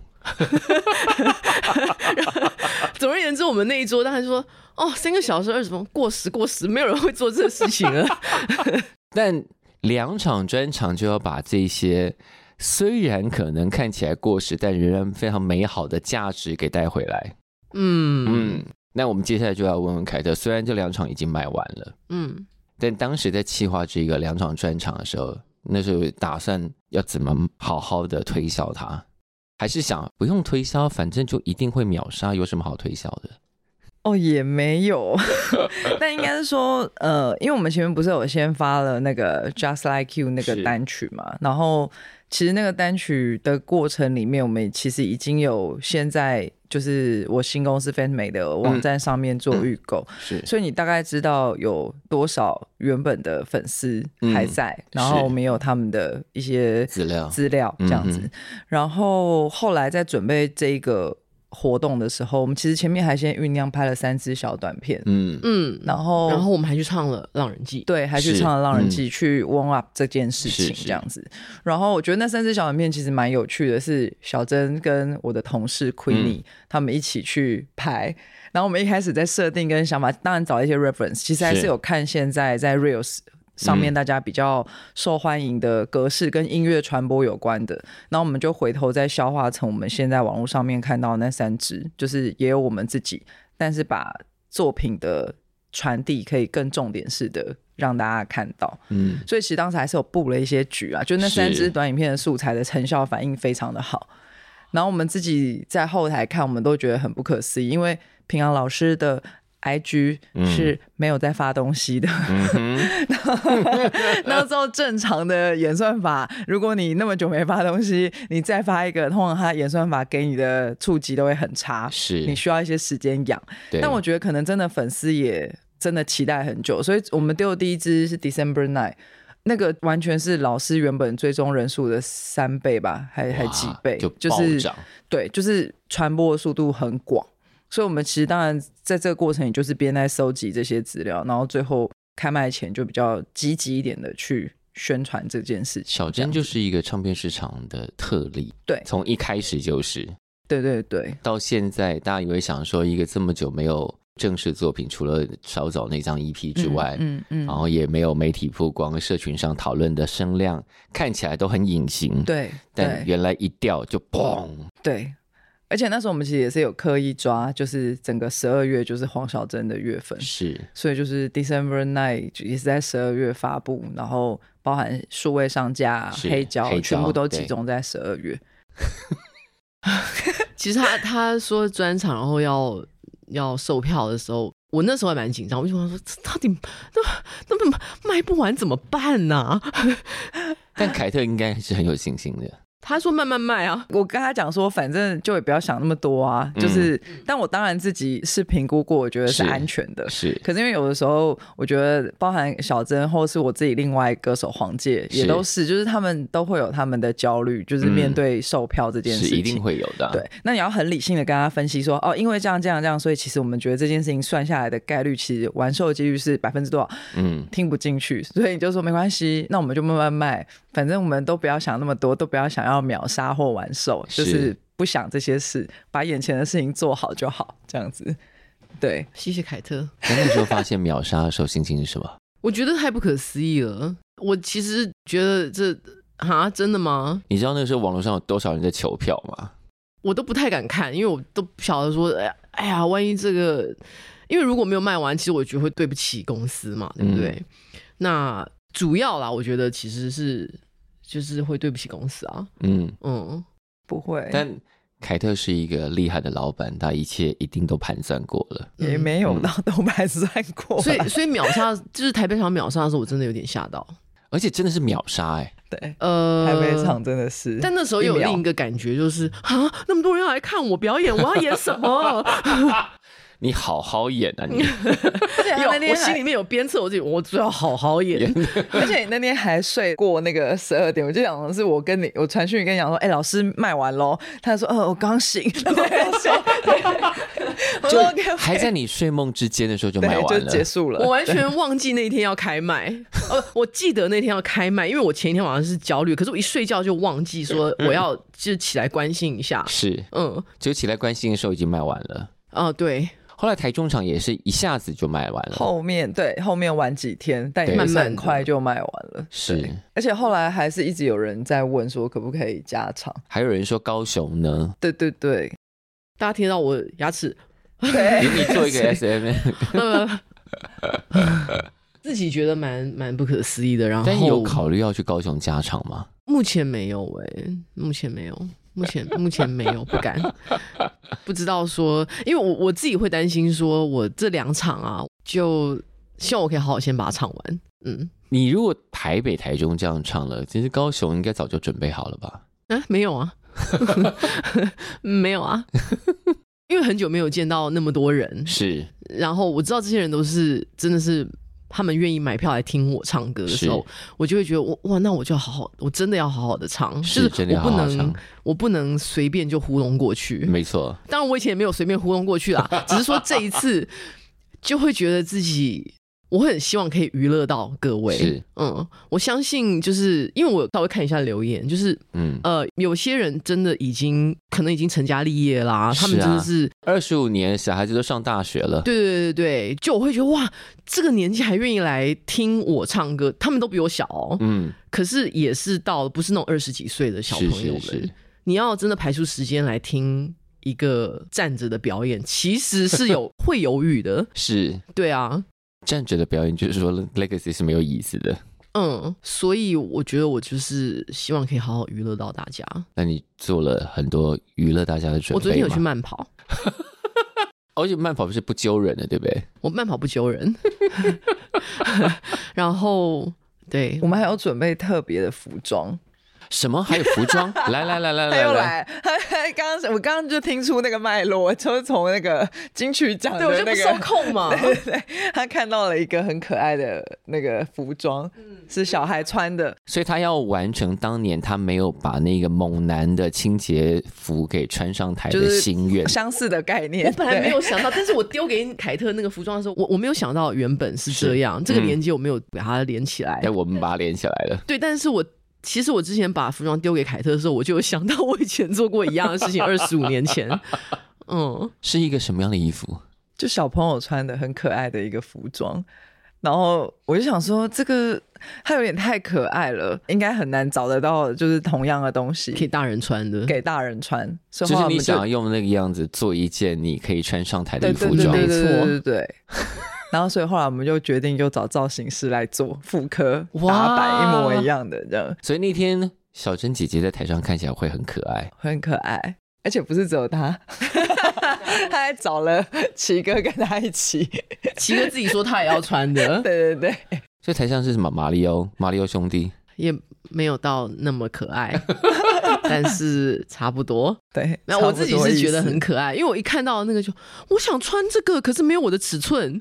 B: 总而言之，我们那一桌大概说，哦，三个小时二十分钟过时过时，没有人会做这个事情 了。
A: 但两场专场就要把这些虽然可能看起来过时，但仍然非常美好的价值给带回来。
B: 嗯
A: 嗯，那我们接下来就要问问凯特，虽然这两场已经卖完了，
B: 嗯
A: 但当时在企划这个两场专场的时候，那时候打算要怎么好好的推销它，还是想不用推销，反正就一定会秒杀，有什么好推销的？
C: 哦，也没有， 但应该是说，呃，因为我们前面不是有先发了那个 Just Like You 那个
A: 是
C: 单曲嘛，然后其实那个单曲的过程里面，我们其实已经有先在就是我新公司 f a n 美的网站上面做预购，
A: 是
C: 所以你大概知道有多少原本的粉丝还在，然后我们也有他们的一些
A: 嗯资料
C: 资料这样子。
A: 嗯
C: 然后后来在准备这一个活动的时候，我们其实前面还先酝酿拍了三支小短片，
A: 嗯
B: 嗯，
C: 然后
B: 然后我们还去唱了《浪人记》，
C: 对，还去
A: 是
C: 唱了《浪人
A: 嗯
C: 记》去 warm up 这件事
A: 是
C: 情，
A: 是
C: 这样子。然后我觉得那三支小短片其实蛮有趣的，是小珍跟我的同事
A: 嗯
C: Queenie、他们一起去拍。然后我们一开始在设定跟想法，当然找一些 reference，其实还
A: 是
C: 是有看现在在 reels 上
A: 嗯
C: 面大家比较受欢迎的格式跟音乐传播有关的。然后我们就回头再消化成我们现在网络上面看到的那三支，就是也有我们自己，但是把作品的传递可以更重点式的让大家看到。
A: 嗯，
C: 所以其实当时还是有布了一些局啊，就那三
A: 是
C: 支短影片的素材的成效反应非常的好。然后我们自己在后台看，我们都觉得很不可思议，因为平阳老师的 IG
A: 嗯
C: 是没有在发东西的。 那时候正常的演算法，如果你那么久没发东西，你再发一个，通常它演算法给你的触及都会很差，
A: 是
C: 你需要一些时间养。
A: 对，
C: 但我觉得可能真的粉丝也真的期待很久，所以我们丢的第一支是 December Night，那个完全是老师原本追踪人数的三倍吧，还还
A: 哇
C: 几倍，
A: 就
C: 就
A: 暴
C: 是
A: 涨
C: 对，就是传播的速度很广，所以我们其实当然在这个过程，也就是边在收集这些资料，然后最后开卖前就比较积极一点的去宣传这件事情。
A: 小
C: 这
A: 珍
C: 样
A: 就是一个唱片市场的特例，
C: 对
A: 从一开始就是
C: 对对对
A: 到现在，大家也会想说，一个这么久没有正式作品，除了稍早那张 EP 之外，
C: 嗯嗯，嗯
A: 然后也没有媒体曝光，社群上讨论的声量看起来都很隐形，，
C: 对对
A: 但。原来一掉就砰，
C: 对，而且那时候我们其实也是有刻意抓，就是整个十二月就是黄小珍的月份，
A: 是
C: 所以就是 December Night 就也是在十二月发布，然后包含数位上架、
A: 是
C: 黑胶
A: 黑胶
C: 全部都集
A: 对
C: 中在十二月。
B: 其实他他说专场，然后要要售票的时候，我那时候还蛮紧张，我就想说，这到底那那么卖不完怎么办呢、
A: 但凯特应该是很有信心 的，
B: 他说慢慢卖啊，
C: 我跟他讲说，反正就也不要想那么多啊，就是，但我当然自己是评估过，我觉得
A: 嗯
C: 是
A: 是
C: 安全的。
A: 是
C: 可是因为有的时候，我觉得包含小珍或是我自己另外一个歌手黄玠也
A: 是
C: 都是，就是他们都会有他们的焦虑，就是面
A: 嗯
C: 对售票这件事
A: 是
C: 情，
A: 一定会有的啊、
C: 对，那你要很理性的跟他分析说，哦，因为这样这样这样，所以其实我们觉得这件事情算下来的概率，其实完售的几率是百分之多少，
A: 嗯，
C: 听不进去，所以你就说没关系，那我们就慢慢卖，反正我们都不要想那么多，都不要想要秒杀或完售，就是是不想这些事，把眼前的事情做好就好，这样子。对，
B: 谢谢凯特，
A: 那那时候发现秒杀的时候心情是什么？
B: 我觉得太不可思议了。我其实觉得这啊，真的吗？
A: 你知道那时候网络上有多少人在求票吗？
B: 我都不太敢看，因为我都不晓得说，哎呀哎呀，万一这个，因为如果没有卖完，其实我觉得会对不起公司嘛，对不对？那主要啦，我觉得其实是就是会对不起公司啊，
A: 嗯，
B: 嗯，
C: 不会，
A: 但凯特是一个厉害的老板，他一切一定都盘算过了。
C: 也没有到都白算过
B: 嗯
C: 啦，
B: 所以所以秒杀就是台北场秒杀的时候，我真的有点吓到，
A: 而且真的是秒杀哎、
C: 对。
B: 呃，
C: 台北场。真的是，
B: 但那时候有
C: 一秒
B: 另一个感觉，就是啊，那么多人要来看我表演，我要演什 么？
A: 你好好演啊你！
C: 而且他
B: 有，
C: 那天
B: 我心
C: 还
B: 里 面有鞭策我自己，我只要好好演。
C: 而且你那天还睡过那个十二点，我就想的是我跟你，我传讯跟你讲说，哎、老师卖完喽。他说，呃，我刚醒，然后我就睡 我说 OK，
A: 就还在你睡梦之间的时候就卖
C: 对，
A: 完
C: 就
A: 了，
C: 结束了。
B: 我完全忘记那天要开麦，呃，我记得那天要开麦，因为我前一天晚上是焦虑，可是我一睡觉就忘记说
C: 嗯
B: 我要就起来关心一下，
A: 是
B: 嗯，
A: 就起来关心的时候已经卖完了。
B: 啊，对，
A: 后来台中场也是一下子就卖完了，
C: 后面对后面玩几天，但
A: 对
C: 也不是
B: 慢慢
C: 很
B: 的
C: 快就卖完了。
A: 是
C: 对而且后来还是一直有人在问说可不可以加长。
A: 还有人说高雄呢，
C: 对对对，
B: 大家听到我牙齿，
A: 你
C: 对，
A: 你做一 个 S M，
B: 呃 自己觉得蛮蛮不可思议的，然
A: 但有
B: 后
A: 考虑要去高雄加场吗？
B: 目前没有哎、目前没有。目前目前没有，不敢，不知道说，因为我我自己会担心，说我这两场啊，就希望我可以好好先把它唱完，嗯，
A: 你如果台北、台中这样唱了，其实高雄应该早 就准备好了吧？
B: 啊，没有啊，没有啊，因为很久没有见到那么多人，
A: 是
B: 然后我知道这些人都是真的是他们愿意买票来听我唱歌的时候，我就会觉得我哇，那我就好好，我真的要好好的唱，
A: 是
B: 就是
A: 真的
B: 我
A: 要
B: 不
A: 好好
B: 能
A: 唱
B: 我不能随便就糊弄过去。
A: 没错，
B: 当然，我以前也没有随便糊弄过 去啦，只是说这一次就会觉得自己。我会很希望可以娱乐到各位
A: 是，
B: 嗯，我相信就是因为我有稍微看一下留言，就是
A: 嗯，
B: 呃，有些人真的已经可能已经成家立业啦，他们
A: 是
B: 真
A: 啊
B: 的是
A: 二十五年小孩子都上大学了，
B: 对对对对，就我会觉得哇，这个年纪还愿意来听我唱歌，他们都比我小、哦，
A: 嗯，
B: 可是也是到了不是那种二十几岁的小朋
A: 是
B: 友
A: 是
B: 们，
A: 是，
B: 你要真的排出时间来听一个站着的表演，其实是有 会犹豫的，
A: 是
B: 对啊。
A: 站着的表演，就是说 legacy 是没有椅子的。
B: 嗯，所以我觉得我就是希望可以好好娱乐到大家。
A: 那你做了很多娱乐大家的准备
B: 我昨天有
A: 吗
B: 去慢跑，
A: 而哦且慢跑是不揪人的，对不对？
B: 我慢跑不揪人，然后对
C: 我们还有准备特别的服装，
A: 什么还有服 装？来来来来
C: 他又
A: 来来，
C: 来，他刚刚我刚刚就听出那个脉络，就是从那个金曲奖的
B: 对，我就
C: 那
B: 不
C: 个
B: 受控嘛。
C: 对对，他看到了一个很可爱的那个服装，是小孩穿的，
A: 所以他要完成当年他没有把那个猛男的清洁服给穿上台
C: 就
A: 的
C: 是
A: 心愿，
C: 相似的概念。
B: 我本来
C: 对
B: 没有想到，但是我丢给凯特那个服装的时候，我我没有想到原本是这样，这个连接我没有把它连起来。
A: 哎，我们把它连起来了。
B: 对，但是我其实我之前把服装丢给凯特的时候，我就有想到我以前做过一样的事情，二十五年前。嗯，
A: 是一个什么样的衣服？
C: 就小朋友穿的很可爱的一个服装。然后我就想说，这个它有点太可爱了，应该很难找得到，就是同样的东
B: 给
C: 西
B: 大人穿的。
C: 给大人穿。所以
A: 就
C: 后
A: 是
C: 来我
A: 你
C: 们就
A: 想要用那个样子做一件你可以穿上台的
C: 对对
A: 服
C: 对
A: 装，
C: 对对
B: 没
C: 对
B: 错
C: 对对。然后所以后来我们就决定就找造型师来做复刻打
A: 哇
C: 版一模一样的，这样
A: 所以那天小珍姐姐在台上看起来会很可爱。
C: 很可爱。而且不是只有他， 他还找了奇哥跟他一起。
B: 奇哥自己说他也要穿的，
C: 对对对，
A: 所以台上是什么？马里欧，马里欧兄弟。
B: 也没有到那么可 爱，但是差不多。
C: 对，
B: 那我自己是觉得很
C: 可。
B: 可爱，因为我一看到那个就我想穿这个，可是没有我的尺寸。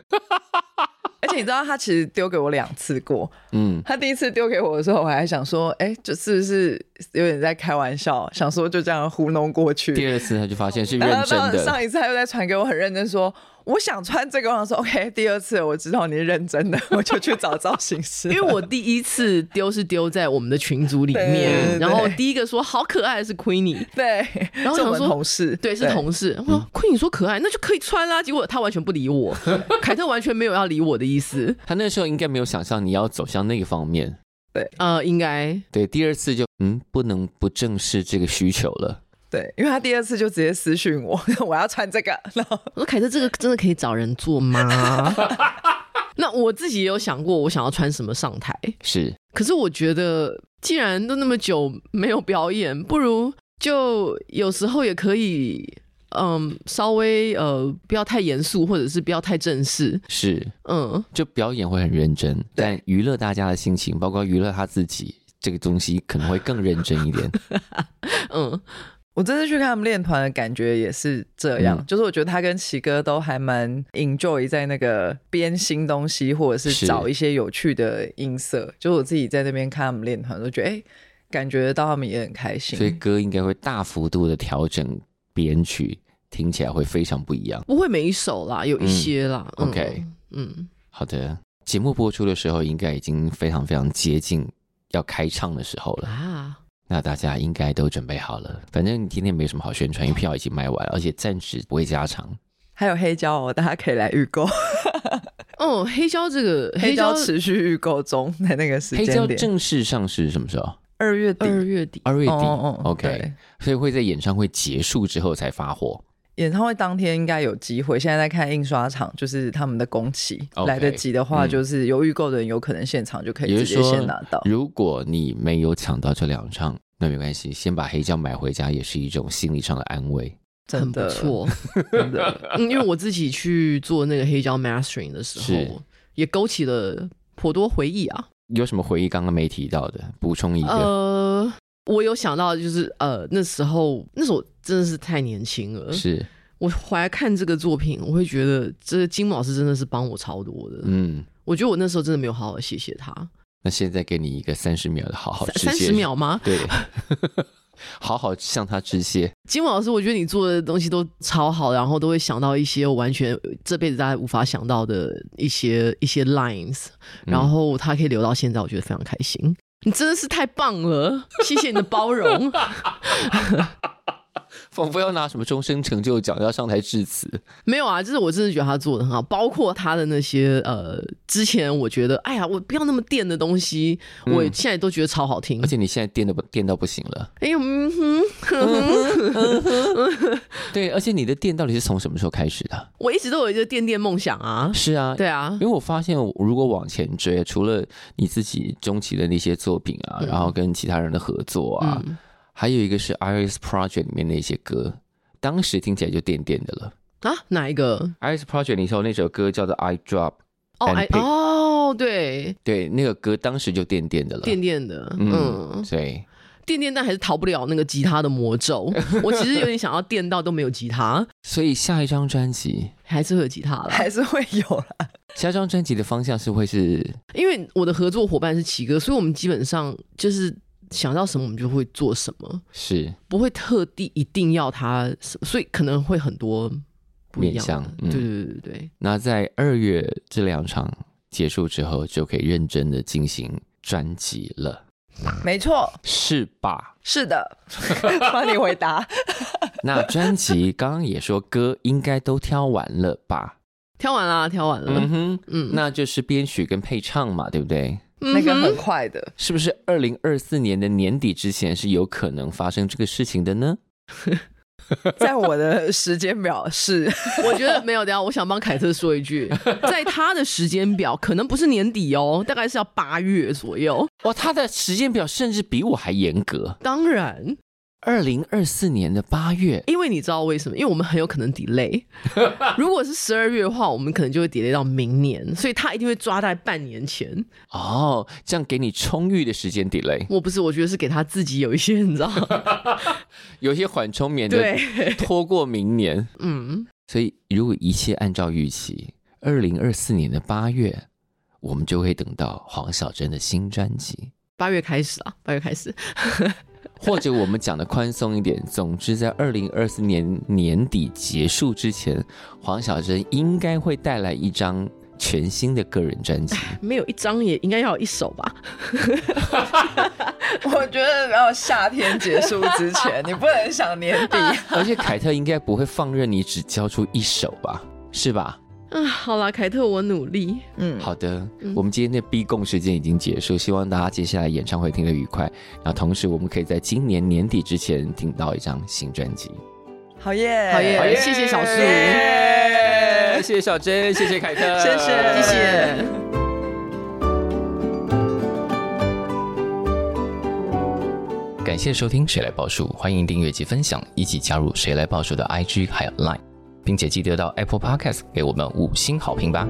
C: 而且你知道，他其实丢给我两次过。
A: 嗯，
C: 他第一次丢给我的时候，我还想说，哎、这是不是有点在开玩笑？想说就这样糊弄过去。
A: 第二次她就发现是认
C: 然后
A: 真
C: 到上
A: 的，
C: 一次他又在传给我，很认真说，我想穿这个。我想说，OK，第哦二次我知道你是认真的， 我就去找造型师。
B: 因为我第一次丢是丢在我们的群组里
C: 对
B: 面，
C: 对
B: 然后第一个说好可爱的是 Queenie，
C: 对，
B: 然后
C: 是
B: 想
C: 我们
B: 说
C: 同事，
B: 对，是同事。我说 Queenie 说可爱，那就可以穿啦。结果他完全不理我，凯特完全没有要理我的意思。
A: 她那时候应该没有想象你要走向那个方面。
B: 呃，应该
A: 对，第二次就嗯，不能不正视这个需求了。
C: 对，因为他第二次就直接私讯我， 我要穿这个，然后
B: 我说凯特这个真的可以找人做吗？ 那我自己也有想过，我想要穿什么上台，
A: 是，
B: 可是我觉得既然都那么久没有表演，不如就有时候也可以。嗯，稍微呃，不要太严肃，或者是不要太正式。
A: 是，
B: 嗯，
A: 就表演会很认真，但娱乐大家的心情，包括娱乐他自己，这个东西可能会更认真一 点。
B: 嗯，
C: 我这次去看他们练团的感觉也是这样，
A: 嗯
C: 就是我觉得他跟奇哥都还蛮 enjoy 在那个编新东西，或者是
A: 是
C: 找一些有趣的音色。就是我自己在那边看他们练团，都觉得哎、感觉到他们也很开心。
A: 所以歌应该会大幅度的调整编曲，听起来会非常不一样。
B: 不会每一首啦，有一些啦。
A: 嗯
B: 嗯
A: OK
B: 嗯，
A: 好的，节目播出的时候应该已经非常非常接近要开唱的时候了，
B: 啊，
A: 那大家应该都准备好了。反正今天没什么好宣传，因为票已经卖完，而且暂时不会加长。
C: 还有黑胶哦，大家可以来预购，
B: 哦，黑胶这个
C: 黑胶
B: 胶
C: 持续预购中在那个时
A: 黑胶
C: 间点，
A: 正式上市是什么时候？
C: 二月底。
B: 二月底，
A: 二月底。
C: 哦哦
A: OK，
C: 对
A: 所以会在演唱会结束之后才发货。
C: 演唱会当天应该有机会，现在在看印刷厂，就是他们的工期
A: OK，
C: 来得及的话，
A: 嗯
C: 就是有预购的人有可能现场就可以
A: 也
C: 直
A: 就是
C: 接
A: 说，
C: 先拿
B: 哦
C: 到。
A: 如果你没有抢到这两张，那没关系，先把黑胶买回家也是一种心理上的安慰。
C: 真
B: 很
C: 的
B: 不， 错。
C: 真的。
B: 嗯，因为我自己去做那个黑胶 mastering 的时
A: 是
B: 候，也勾起了颇多回忆啊。
A: 有什么回忆刚刚没提到的？补充一个，
B: 呃，我有想到就是呃，那时候那时候我真的是太年轻了，
A: 是
B: 我回来看这个作品，我会觉得这个金老师真的是帮我超多的。
A: 嗯，
B: 我觉得我那时候真的没有好好谢谢他。
A: 那现在给你一个三十秒的好好致谢，
B: 三十，秒吗？
A: 对， 好好向他致谢。嗯
B: 金老师，我觉得你做的东西都超好，然后都会想到一些我完全这辈子大家无法想到的一些一些 lines，
A: 嗯
B: 然后他可以留到现在，我觉得非常开心。你真的是太棒了，谢谢你的包 容。
A: 仿佛要拿什么终身成就奖要上台致辞。
B: 没有啊，就是我真的觉得他做的很好，包括他的那些呃，之前我觉得哎呀，我不要那么电的东西，我
A: 嗯
B: 现在都觉得超好听
A: 而。且你现在电的不电到不行了，
B: 哎呦，嗯哼，嗯
A: 对，而且你的电到底是从什么时候开始的？
B: 我一直都有一个电电梦想啊。
A: 是啊，
B: 对啊
A: 因，为我发现我如果往前追，除了你自己中期的那些作品啊，
B: 嗯
A: 然后跟其他人的合作啊，
B: 嗯，
A: 还有一个是 Iris Project 里面那些歌，当时听起来就电电的了。
B: 啊，哪一个？
A: Iris Project 里头那首歌叫做 I Drop，
B: 哦，哎
A: And，Pig
B: 哦，对，
A: 对，那个歌当时就电电的了。
B: 电电的，
A: 嗯，
B: 嗯，
A: 对，
B: 电电，但还是逃不了那个吉他的魔 咒。我其实有点想要电到都没有吉他，
A: 所以下一张专辑，
B: 还是会有吉他啦。
C: 还是会有啦。
A: 下一张专辑的方向是会是
B: 因为我的合作伙伴是奇哥，所以我们基本上就是想到什么我们就会做什么，
A: 是
B: 不会特地一定要他什么，所以可能会很多不一样的
A: 面向。嗯
B: 对对对对对，
A: 那在二月这两场结束之后，就可以认真的进行专辑了，
C: 没错，
A: 是吧？
C: 是的，帮你回答。
A: 那专辑刚刚也说歌应该都挑完了吧？
B: 挑完啦，挑完了。
A: 嗯
B: 嗯
A: 哼，那就是编曲跟配唱嘛，对不对？
C: 那个
B: 嗯
C: 很
B: 哼
C: 快的，
A: 是不是二零二四年的年底之前是有可能发生这个事情的呢？
C: 在我的时间 表是
B: 我觉得没有。等一下我想帮凯特说一 句，在他的时间表可能不是年底哦，大概是要八月左右。
A: 哇，他的时间表甚至比我还严格。
B: 当然，
A: 二零二四年的八月，
B: 因为你知道为什么？因为我们很有可能 delay。如果是十二月的话，我们可能就会 delay 到明年，所以他一定会抓在半年前。
A: 哦，这样给你充裕的时间 delay，
B: 我不是，我觉得是给他自己有一些，你知道？
A: 有一些缓冲，免得
B: 对，
A: 拖过明年。
B: 嗯，
A: 所以，如果一切按照预期，二零二四年的八月，我们就会等到黄小珍的新专辑，
B: 八月开始啊，八月开始。
A: 或者我们讲的宽松一点， 总之在二零二四年年底结束之前，黄小珍应该会带来一张全新的个人专 辑。
B: 没有一张也应该要有一首吧？
C: 我觉得要夏天结束之前，你不能想年底。
B: 啊
A: 而且凯特应该不会放任你只交出一首吧？是吧？
B: 啊，好啦，凯特，我努力。
C: 嗯，
A: 好的，我们今天的逼供时间已经结束，希望大家接下来演唱会听得愉快。然后同时，我们可以在今年年底之前听到一张新专辑。
C: 好耶，
B: 好耶谢谢小树
A: 耶谢谢小珍，谢谢凯特，
C: 谢
B: 谢
C: 谢，
B: 谢。
A: 感谢收听《谁来报数》，欢迎订阅及分享，一起加入《谁来报数》的 IG 还有 Line，并且记得到 Apple Podcast 给我们五星好评吧。